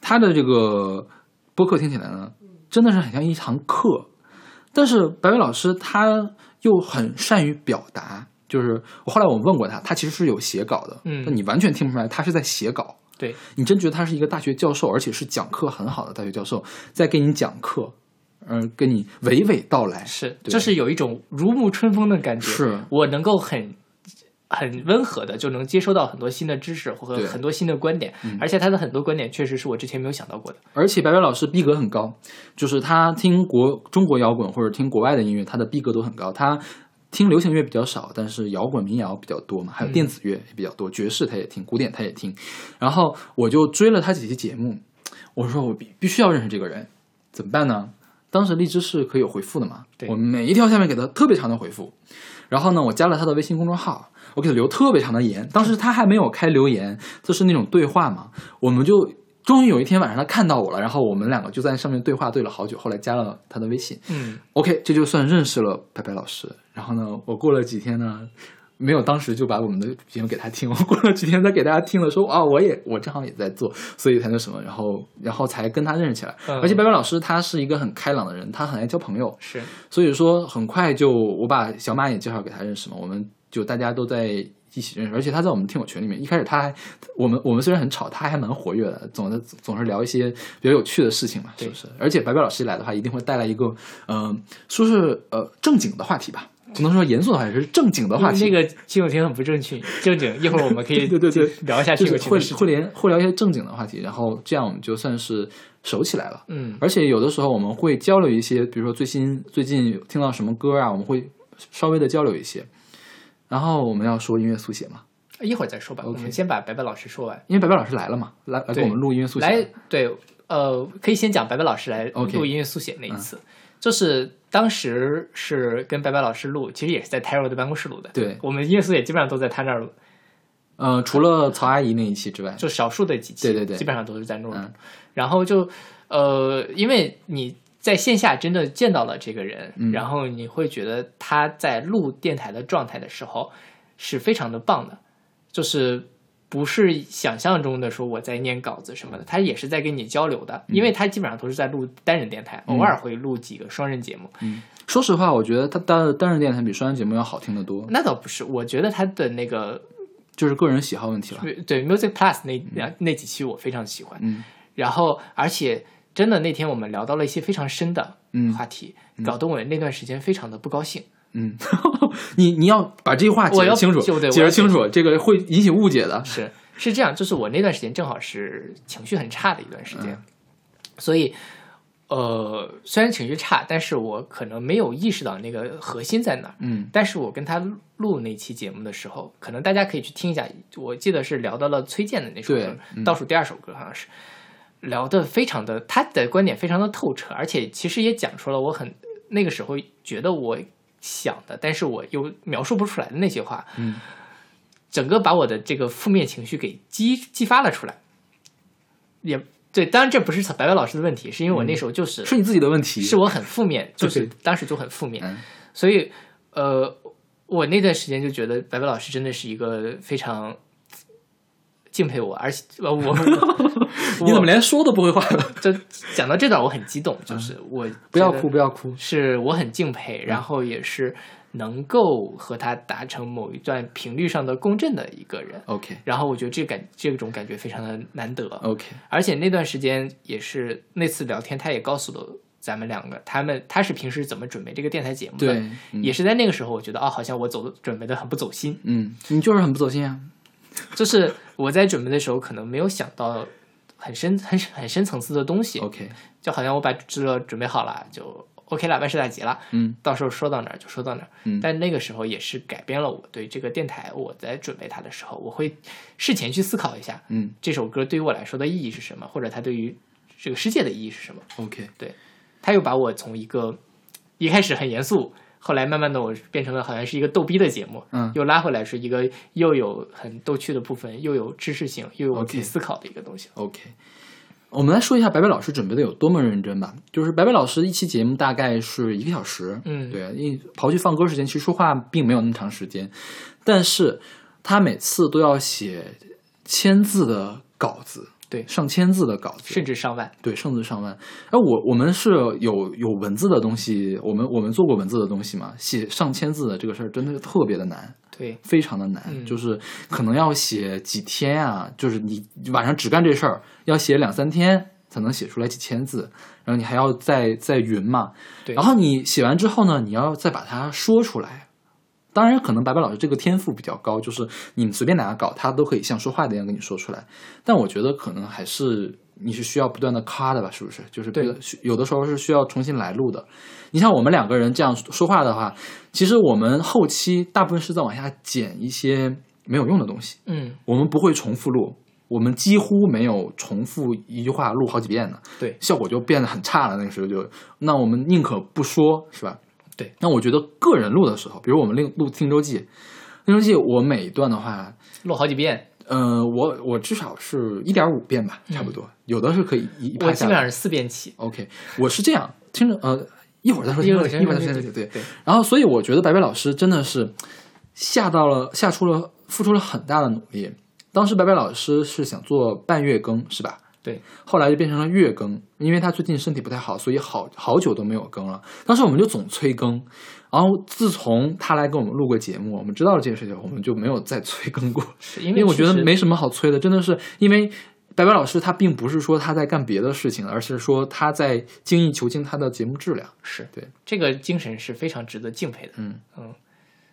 他的这个播客听起来呢，真的是很像一堂课。但是白薇老师他又很善于表达，就是我后来我问过他，他其实是有写稿的，嗯但你完全听不出来他是在写稿，对，你真觉得他是一个大学教授，而且是讲课很好的大学教授，在给你讲课，嗯、跟你娓娓道来，是，对就是有一种如沐春风的感觉。是我能够很。很温和的就能接收到很多新的知识和对嗯很多新的观点，而且他的很多观点确实是我之前没有想到过的。而且白白老师逼格很高，就是他听国中国摇滚或者听国外的音乐，他的逼格都很高。他听流行乐比较少，但是摇滚、民谣比较多嘛，还有电子乐也比较多，爵士他也听，古典他也听。然后我就追了他几期节目，我说我必必须要认识这个人，怎么办呢？当时荔枝是可以有回复的嘛，对我每一条下面给他特别长的回复，然后呢，我加了他的微信公众号，我给他留特别长的言。当时他还没有开留言，就是那种对话嘛。我们就终于有一天晚上他看到我了，然后我们两个就在上面对话，对了好久。后来加了他的微信嗯， ，OK，这就算认识了白白老师。然后呢，我过了几天呢，没有当时就把我们的节目给他听，我过了几天再给大家听了，说啊，我也我这行也在做，所以才那什么，然后然后才跟他认识起来。嗯而且白白老师他是一个很开朗的人，他很爱交朋友，是所以说很快就我把小马也介绍给他认识嘛，我们就大家都在一起认识，而且他在我们听友群里面，一开始他还我们我们虽然很吵，他还蛮活跃的，总的总是聊一些比较有趣的事情嘛，是不是？而且白白老师一来的话，一定会带来一个嗯、呃说是呃正经的话题吧，不能说严肃的话题，是正经的话题。那个听友群很不正确，正经，一会儿我们可 以对对对聊一下就听友是群会的事会情。连会聊一些正经的话题，然后这样我们就算是熟起来了。嗯，而且有的时候我们会交流一些，比如说最新最近有听到什么歌啊，我们会稍微的交流一些。然后我们要说音乐速写嘛，一会儿再说吧。我 OK 们先把白白老师说完。因为白白老师来了嘛，来来给对我们录音乐速写。来，对，呃，可以先讲白白老师来 OK 嗯录音乐速写那一次就是当时是跟白白老师录，其实也是在 Taro 的办公室录的。对我们音乐速写基本上都在他那儿录，呃，除了曹阿姨那一期之外，就少数的几期，对对对基本上都是在那儿录。嗯然后就呃，因为你在线下真的见到了这个人，嗯然后你会觉得他在录电台的状态的时候是非常的棒的，就是不是想象中的说我在念稿子什么的，他也是在跟你交流的，因为他基本上都是在录单人电台，嗯偶尔会录几个双人节目。说实话，我觉得他的单人电台比双人节目要好听得多，那倒不是，我觉得他的那个就是个人喜好问题了。对对 Music Plus 那那那几期我非常喜欢，嗯然后而且真的那天我们聊到了一些非常深的嗯话题，搞得我那段时间非常的不高兴。嗯，你你要把这句话解我要释清楚，就对我解要释清楚，这个会引起误解的。是啊是这样，就是我那段时间正好是情绪很差的一段时嗯间，所以呃，虽然情绪差，但是我可能没有意识到那个核心在哪儿。嗯但是我跟他录那期节目的时候，可能大家可以去听一下，我记得是聊到了崔健的那首歌对，嗯倒数第二首歌好像是，聊的非常的，他的观点非常的透彻，而且其实也讲出了我很那个时候觉得我想的，但是我又描述不出来的那些话，嗯，整个把我的这个负面情绪给激激发了出来，也对，当然这不是白白老师的问题，是因为我那时候就是、是你自己的问题。是我很负面，就是嗯对当时就很负面，嗯所以呃，我那段时间就觉得白白老师真的是一个非常敬佩我，而且呃我 你怎么连说都不会话了？就讲到这段我很激动，就是我嗯不要觉得哭，不要哭。是我很敬佩，嗯然后也是能够和他达成某一段频率上的共振的一个人。 OK 然后我觉得这感这种感觉非常的难得， OK，而且那段时间也是那次聊天，他也告诉了咱们两个，他们他是平时怎么准备这个电台节目的，对，嗯也是在那个时候，我觉得哦，好像我走的准备的很不走心，嗯，你就是很不走心啊。就是我在准备的时候可能没有想到很深很很深层次的东西， OK，就好像我把资料准备好了就 OK 了，万事大吉了，嗯到时候说到哪儿就说到哪儿。嗯但那个时候也是改变了我对这个电台，我在准备它的时候，我会事前去思考一下嗯这首歌对于我来说的意义是什么，或者它对于这个世界的意义是什么。 ，OK，他又把我从一个一开始很严肃，后来慢慢的我变成了好像是一个逗逼的节目，嗯又拉回来是一个又有很逗趣的部分，又有知识性，又有我自己 OK 思考的一个东西。 OK。我们来说一下白白老师准备的有多么认真吧。就是白白老师一期节目大概是一个小时，嗯对，因为刨去放歌时间，其实说话并没有那么长时间，但是他每次都要写千字的稿子，对上千字的稿子，甚至上万，对，甚至上万。哎，我我们是有有文字的东西，我们我们做过文字的东西嘛，写上千字的这个事儿真的是特别的难。对，非常的难，嗯就是可能要写几天啊，就是你晚上只干这事儿，要写两三天才能写出来几千字，然后你还要再再匀嘛，对然后你写完之后呢，你要再把它说出来。当然，可能白白老师这个天赋比较高，就是你们随便哪个稿，他都可以像说话的一样跟你说出来。但我觉得可能还是你是需要不断的咔的吧，是不是？就是对不断需有的时候是需要重新来录的。你像我们两个人这样说话的话，其实我们后期大部分是在往下剪一些没有用的东西，嗯，我们不会重复录，我们几乎没有重复一句话录好几遍的。对，效果就变得很差了。那个时候就，那我们宁可不说，是吧？对。那我觉得个人录的时候，比如我们录录听周记，听周记我每一段的话，录好几遍，呃，我我至少是一点五遍吧，差不多，有的是可以一一嗯我趴基下本来。上是四遍起。 OK，我是这样听着，呃，一会儿再说，一会儿一会儿再先说，一会儿再对说，对对。对，然后，所以我觉得白白老师真的是下到了下出了付出了很大的努力。当时白白老师是想做半月更，是吧？对，后来就变成了月更，因为他最近身体不太好，所以好好久都没有更了。当时我们就总催更，然后自从他来给我们录过节目，我们知道了这件事情，我们就没有再催更 过，是因为我觉得其实没什么好催的，真的是因为。白白老师他并不是说他在干别的事情，而是说他在精益求精他的节目质量。是对这个精神是非常值得敬佩的。嗯嗯，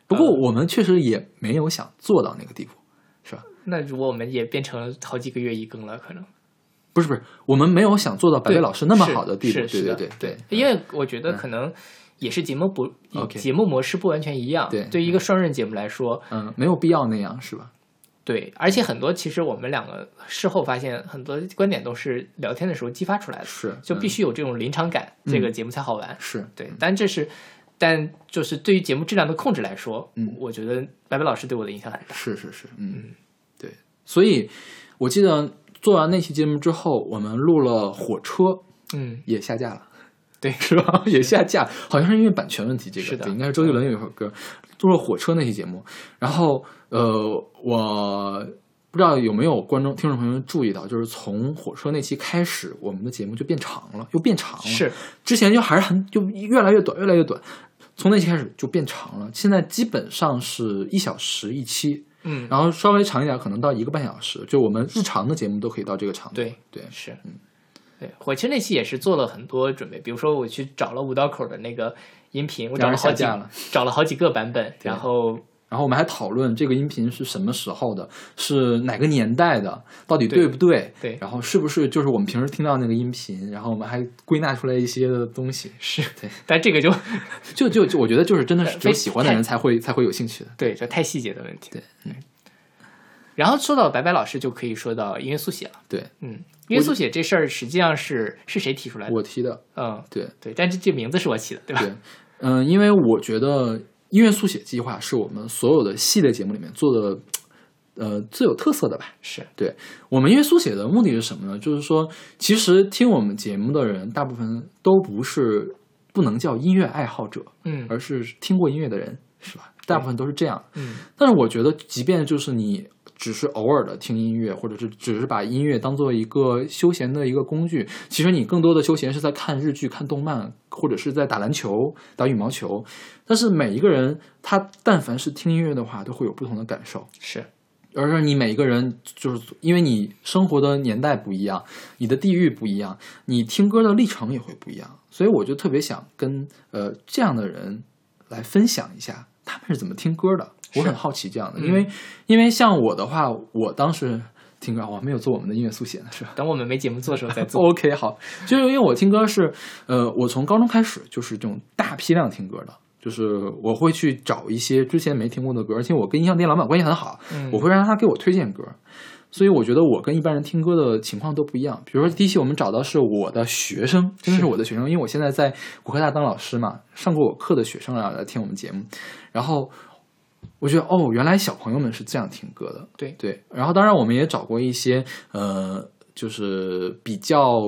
不过我们确实也没有想做到那个地步，是吧？那如果我们也变成好几个月一更了，可能不是不是，我们没有想做到白白对老师那么是好的地步。是对是对的对对，嗯因为我觉得可能也是节目不、 OK 节目模式不完全一样。对对于一个双人节目来说，嗯，没有必要那样，是吧？对，而且很多其实我们两个事后发现，很多观点都是聊天的时候激发出来的，是，哎就必须、须有这种临场感，这嗯个节目才好玩。是对，但这是，但就是对于节目质量的控制来说，嗯我觉得白白老师对我的影响很大。是是是，嗯，对。所以我记得做完那期节目之后，我们录了火车嗯，也下架了。对 是吧？也下架，好像是因为版权问题。这个是的对应该是周杰伦有一首歌，做了火车那期节目。然后，呃，我不知道有没有观众、听众朋友们注意到，就是从火车那期开始，我们的节目就变长了，又变长了。是之前就还是很就越来越短，越来越短，从那期开始就变长了。现在基本上是一小时一期，嗯，然后稍微长一点可能到一个半小时，就我们日常的节目都可以到这个长度。对对，是，对，火车那期也是做了很多准备，比如说我去找了五道口的那个音频，我然找而了好下几架了。找了好几个版本，然后然后我们还讨论这个音频是什么时候的，是哪个年代的，到底对不对？对然后是不是就是我们平时听到那个音频？然后我们还归纳出来一些的东西。是对，但这个 就就就就我觉得就是真的是呃只有喜欢的非人才会才会有兴趣的。对，这太细节的问题。对嗯。 然后说到白白老师，就可以说到音乐速写了。对嗯，音乐速写这事儿实际上是是谁提出来的？我提的，嗯，对。对，但这这名字是我起的，对吧？对，嗯、因为我觉得音乐速写计划是我们所有的系列节目里面做的，呃，最有特色的吧。是，对我们音乐速写的目的是什么呢？就是说，其实听我们节目的人，大部分都不是不能叫音乐爱好者，嗯而是听过音乐的人，是吧？大部分都是这样。嗯，但是我觉得，即便就是你只是偶尔的听音乐，或者是只是把音乐当做一个休闲的一个工具，其实你更多的休闲是在看日剧、看动漫，或者是在打篮球、打羽毛球。但是每一个人，他但凡是听音乐的话，都会有不同的感受。是，而是你每一个人，就是因为你生活的年代不一样，你的地域不一样，你听歌的历程也会不一样，所以我就特别想跟呃这样的人来分享一下他们是怎么听歌的。我是很好奇这样的，嗯因为因为像我的话，我当时听歌，我还没有做我们的音乐速写呢，是吧？等我们没节目做的时 候再做。 OK，好，就是因为我听歌是，呃，我从高中开始就是这种大批量听歌的，就是我会去找一些之前没听过的歌，而且我跟音像店老板关系很好，嗯我会让他给我推荐歌，所以我觉得我跟一般人听歌的情况都不一样。比如说第一期我们找到是我的学生，真的是是我的学生，因为我现在在骨科大当老师嘛，上过我课的学生然啊后来听我们节目，然后我觉得哦，原来小朋友们是这样听歌的，对对。然后当然我们也找过一些呃，就是比较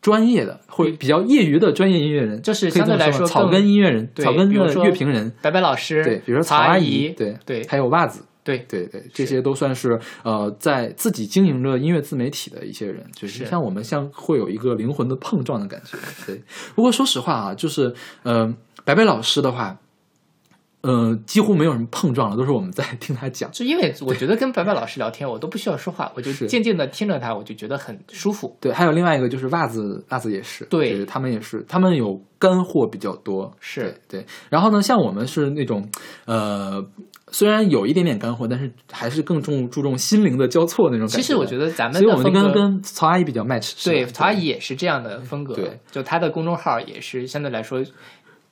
专业的或者比较业余的专业音乐人，嗯就是可以相对这么来说说嘛草更根音乐人、对草根比如的说乐评人，白白老师，对，比如说曹曹阿姨，姨对对还有袜子。对，对对，这些都算是呃，在自己经营着音乐自媒体的一些人，就是是像我们像会有一个灵魂的碰撞的感觉。对，不过说实话啊，就是呃，白白老师的话，呃，几乎没有什么碰撞了，都是我们在听他讲。就因为我觉得跟白白老师聊天，我都不需要说话，我就是静静的听着他，我就觉得很舒服。对，还有另外一个就是袜子，袜子也是，对就是他们也是，他们有干货比较多，是对对。然后呢，像我们是那种，呃，虽然有一点点干货，但是还是更重注重心灵的交错那种感觉的。其实我觉得咱们所以的我们风就格跟跟曹阿姨比较 match，是吧对，曹阿姨也是这样的风格。对，就她的公众号也是相对来说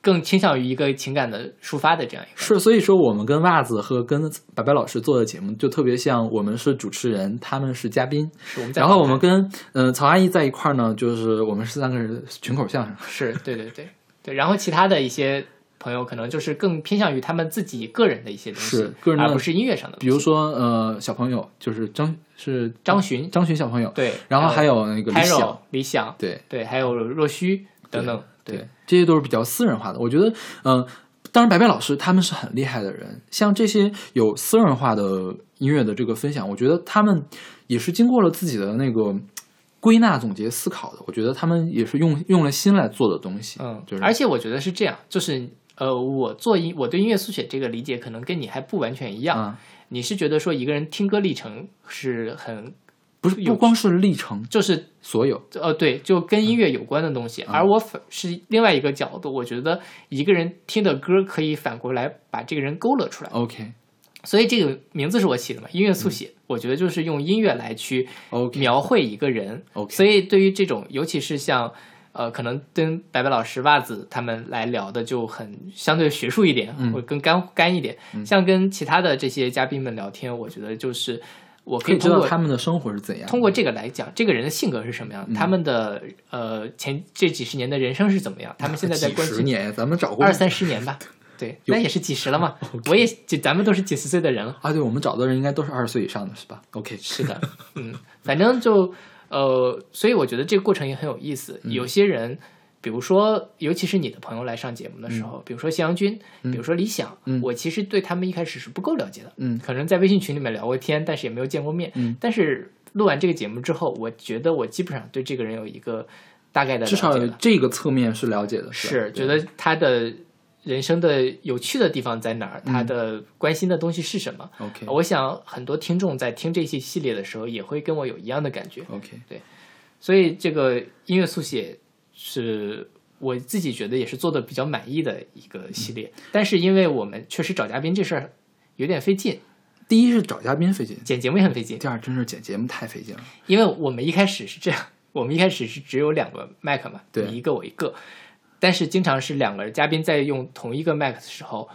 更倾向于一个情感的抒发的这样一个。是，所以说我们跟袜子和跟白白老师做的节目就特别像，我们是主持人，他们是嘉宾，是我们在然后我访谈们跟嗯、呃曹阿姨在一块儿呢，就是我们是三个人群口相声，是对对对对，然后其他的一些朋友可能就是更偏向于他们自己个人的一些东西，是个人的而不是音乐上的东西，比如说呃小朋友就是张是张巡张巡小朋友，对，然后还有有那个李 Taro 想，理想，对对，还有若虚等等，对对，这些都是比较私人化的。我觉得，嗯、当然，白白老师他们是很厉害的人，像这些有私人化的音乐的这个分享，我觉得他们也是经过了自己的那个归纳、总结、思考的。我觉得他们也是用用了心来做的东西。嗯，就是而且我觉得是这样，就是呃，我做音，我对音乐速写这个理解可能跟你还不完全一样。啊，你是觉得说一个人听歌历程是很，不是有不光是历程，就是所有呃，对，就跟音乐有关的东嗯西。而我反是另外一个角度，我觉得一个人听的歌可以反过来把这个人勾勒出来。 OK 所以这个名字是我起的嘛，音乐速写，嗯我觉得就是用音乐来去 OK 描绘一个人。 OK，所以对于这种，尤其是像呃，可能跟白白老师、袜子他们来聊的就很相对学术一点，嗯会更干干一点。像跟其他的这些嘉宾们聊天，我觉得就是我可可以以知通道过他们的生活是怎样的。通过这个来讲，这个人的性格是什么嗯样，他们的呃前这几十年的人生是怎么样，他们现在在几关十心年，咱们找过二三十年吧。对，有那也是几十了 嘛。我也就咱们都是几十岁的人了。啊，对，我们找的人应该都是二十岁以上的是吧？OK，是的，嗯，反正就呃，所以我觉得这个过程也很有意嗯思。有些人，比如说，尤其是你的朋友来上节目的时候，比如说谢阳君，比如说李想，嗯我其实对他们一开始是不够了解的，嗯可能在微信群里面聊过天，但是也没有见过面。嗯但是录完这个节目之后，我觉得我基本上对这个人有一个大概的 了至解少有了这个侧面是了解的，吧是对觉得他的人生的有趣的地方在哪儿，他的关心的东西是什么。 OK 我想很多听众在听这些系列的时候，也会跟我有一样的感觉。 OK 所以这个音乐速写是我自己觉得也是做的比较满意的一个系列。但是因为我们确实找嘉宾这事儿有点费劲，第一是找嘉宾费劲，剪节目也很费劲，第二真是剪节目太费劲了。因为我们一开始是这样，我们一开始是只有两个麦克嘛，对你一个我一个，但是经常是两个嘉宾在用同一个麦克的时候，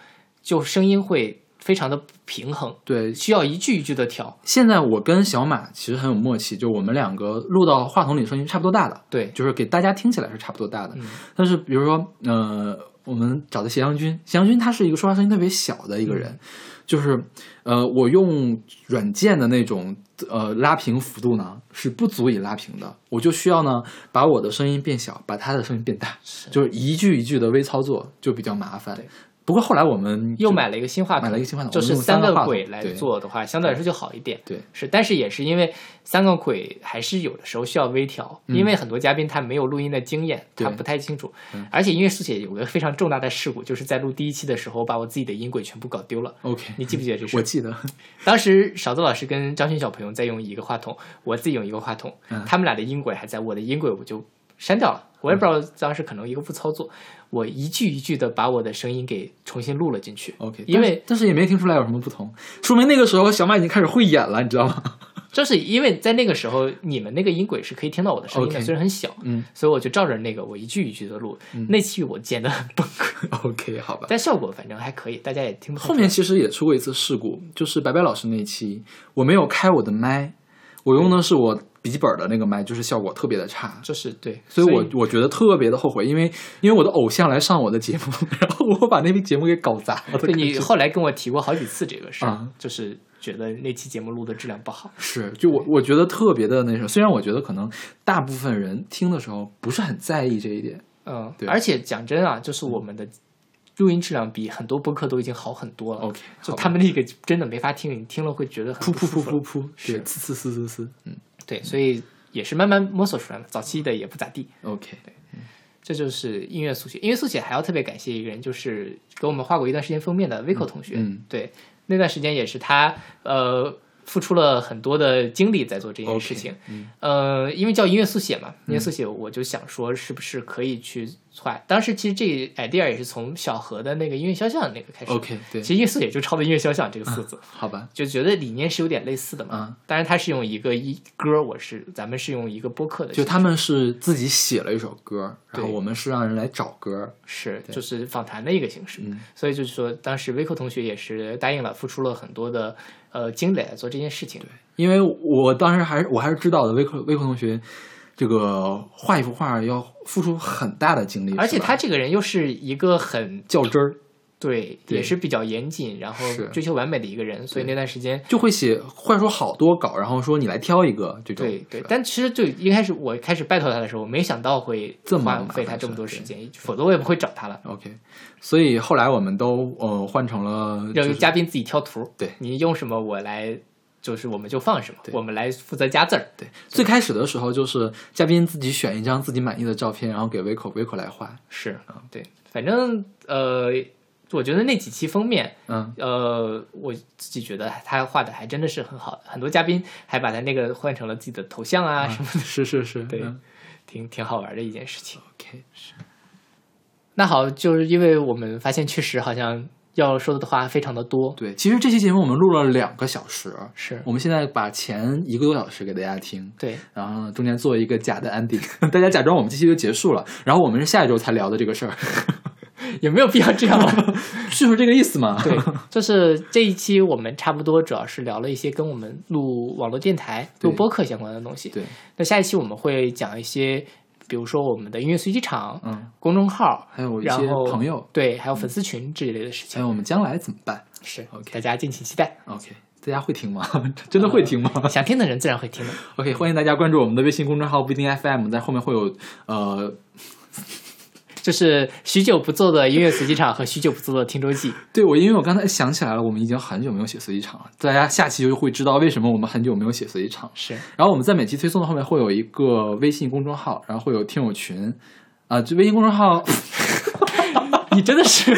就声音会非常的不平衡，对，需要一句一句的调。现在我跟小马其实很有默契，就我们两个录到话筒里声音差不多大的，对，就是给大家听起来是差不多大的。嗯但是比如说，呃，我们找的斜阳君，斜阳君他是一个说话声音特别小的一个嗯人，就是呃，我用软件的那种呃拉平幅度呢是不足以拉平的，我就需要呢把我的声音变小，把他的声音变大，就是一句一句的微操作就比较麻烦对。不过后来我们又就买了一个新话筒，买了一个新话筒就我们是用三个话筒轨来对做的话，相对来说就好一点。对是，但是也是因为三个轨还是有的时候需要微调，因为很多嘉宾他没有录音的经验，嗯他对嗯不太清楚。而且音乐速写有个非常重大的事故，就是在录第一期的时候把我自己的音轨全部搞丢了。 OK，你记不记得这事？我记得当时勺子老师跟张勋小朋友在用一个话筒，我自己用一个话筒，嗯他们俩的音轨还在，我的音轨我就删掉了。我也不知道当时可能一个不操作，我一句一句的把我的声音给重新录了进去。 OK，因为但是但是也没听出来有什么不同，说明那个时候小马已经开始会演了，你知道吗？ 就是因为在那个时候，你们那个音轨是可以听到我的声音的 OK 虽然很小，嗯所以我就照着那个我一句一句的录。那期我剪得很崩溃， ，OK，好吧。但效果反正还可以，大家也听不太后面其实也出过一次事故，就是白白老师那期，我没有开我的麦，我用的是我笔记本的那个麦，就是效果特别的差出来，就是对，所以我以我觉得特别的后悔，因为因为我的偶像来上我的节目， 然后我把那期节目给搞砸了。对你后来跟我提过好几次这个事儿，啊就是觉得那期节目录的质量不好。是，就我我觉得特别的那什么，虽然我觉得可能大部分人听的时候不是很在意这一点，嗯，对嗯而且讲真啊，就是我们的录音质量比很多播客都已经好很多了。 OK，哦就好吧他们那个真的没法听，你听了会觉得噗很不噗舒噗服噗噗，对，是呲呲呲呲呲，嗯对，所以也是慢慢摸索出来的。早期的也不咋地， ，OK，这就是音乐速写。音乐速写还要特别感谢一个人，就是给我们画过一段时间封面的 Vico 同学。嗯对，那段时间也是他呃付出了很多的精力在做这件 OK，嗯事情。呃，因为叫音乐速写嘛，音乐速写，我就想说是不是可以去画。当时其实这个 idea 也是从小何的那个音乐肖像那个开始。 OK，对，其实音乐速写就抄的音乐肖像这个四字。好吧，就觉得理念是有点类似的嘛嗯，当然他是用一个一歌，我是咱们是用一个播客的就形式，他们是自己写了一首歌，然后对我们是让人来找歌，是就是访谈的一个形式，嗯所以就是说，当时维克同学也是答应了，付出了很多的呃精力来做这件事情。因为我当时还是我还是知道的，威克威克同学这个画一幅画要付出很大的精力，而且是吧他这个人又是一个很较真儿，对，对也是比较严谨，然后是追求完美的一个人，所以那段时间，就会写或者说好多稿，然后说你来挑一个这种。对对是。吧但其实就一开始我开始拜托他的时候，我没想到会这么麻花烦费他这么是多吧时间，否则我也不会找他了。 OK，所以后来我们都呃换成了就让是嘉宾自己挑图，对你用什么我来，就是我们就放什么，对我们来负责加字儿。对，最开始的时候就是嘉宾自己选一张自己满意的照片，然后给维口维口来画。是，啊对，反正呃，我觉得那几期封面，嗯，呃，我自己觉得他画的还真的是很好的，很多嘉宾还把他那个换成了自己的头像啊，什么是是是，对嗯挺挺好玩的一件事情。 ，OK，是那好，就是因为我们发现确实好像要说的话非常的多，对。其实这期节目我们录了两个小时，是我们现在把前一个多小时给大家听，对，然后呢中间做一个假的 ending，大家 假装我们这期就结束了，然后我们是下一周才聊的这个事儿，也没有必要这样了。就是这个意思 嘛？对， 就是这一期我们差不多主要是聊了一些跟我们录网络电台、录对播客相关的东西。对，那下一期我们会讲一些，比如说我们的音乐随机场、嗯，公众号，还有一然些后朋友，对，还有粉丝群这一类的事还情。有我们将来怎么办是 OK 大家敬请期待。 ？OK，大家会听吗？ 真的会听吗？想听的人自然会听的。 OK，欢迎大家关注我们的微信公众号不一定 FM，在后面会有呃，就是许久不做的音乐随机场和许久不做的听周记。对我，因为我刚才想起来了，我们已经很久没有写随机场了，大家下期就会知道为什么我们很久没有写随机场。是， 然后我们在每期推送的后面会有一个微信公众号，然后会有听友群，啊、这微信公众号 你真的是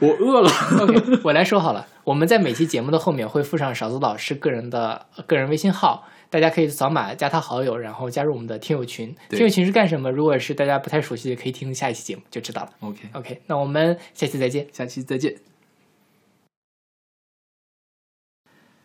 我饿了， OK。我来说好了，我们在每期节目的后面会附上勺子老师个人的个人微信号。大家可以扫码加他好友，然后加入我们的听友群。对听友群是干什么？如果是大家不太熟悉的，可以听下一期节目就知道了。 OK， OK，那我们下期再见。下期再见。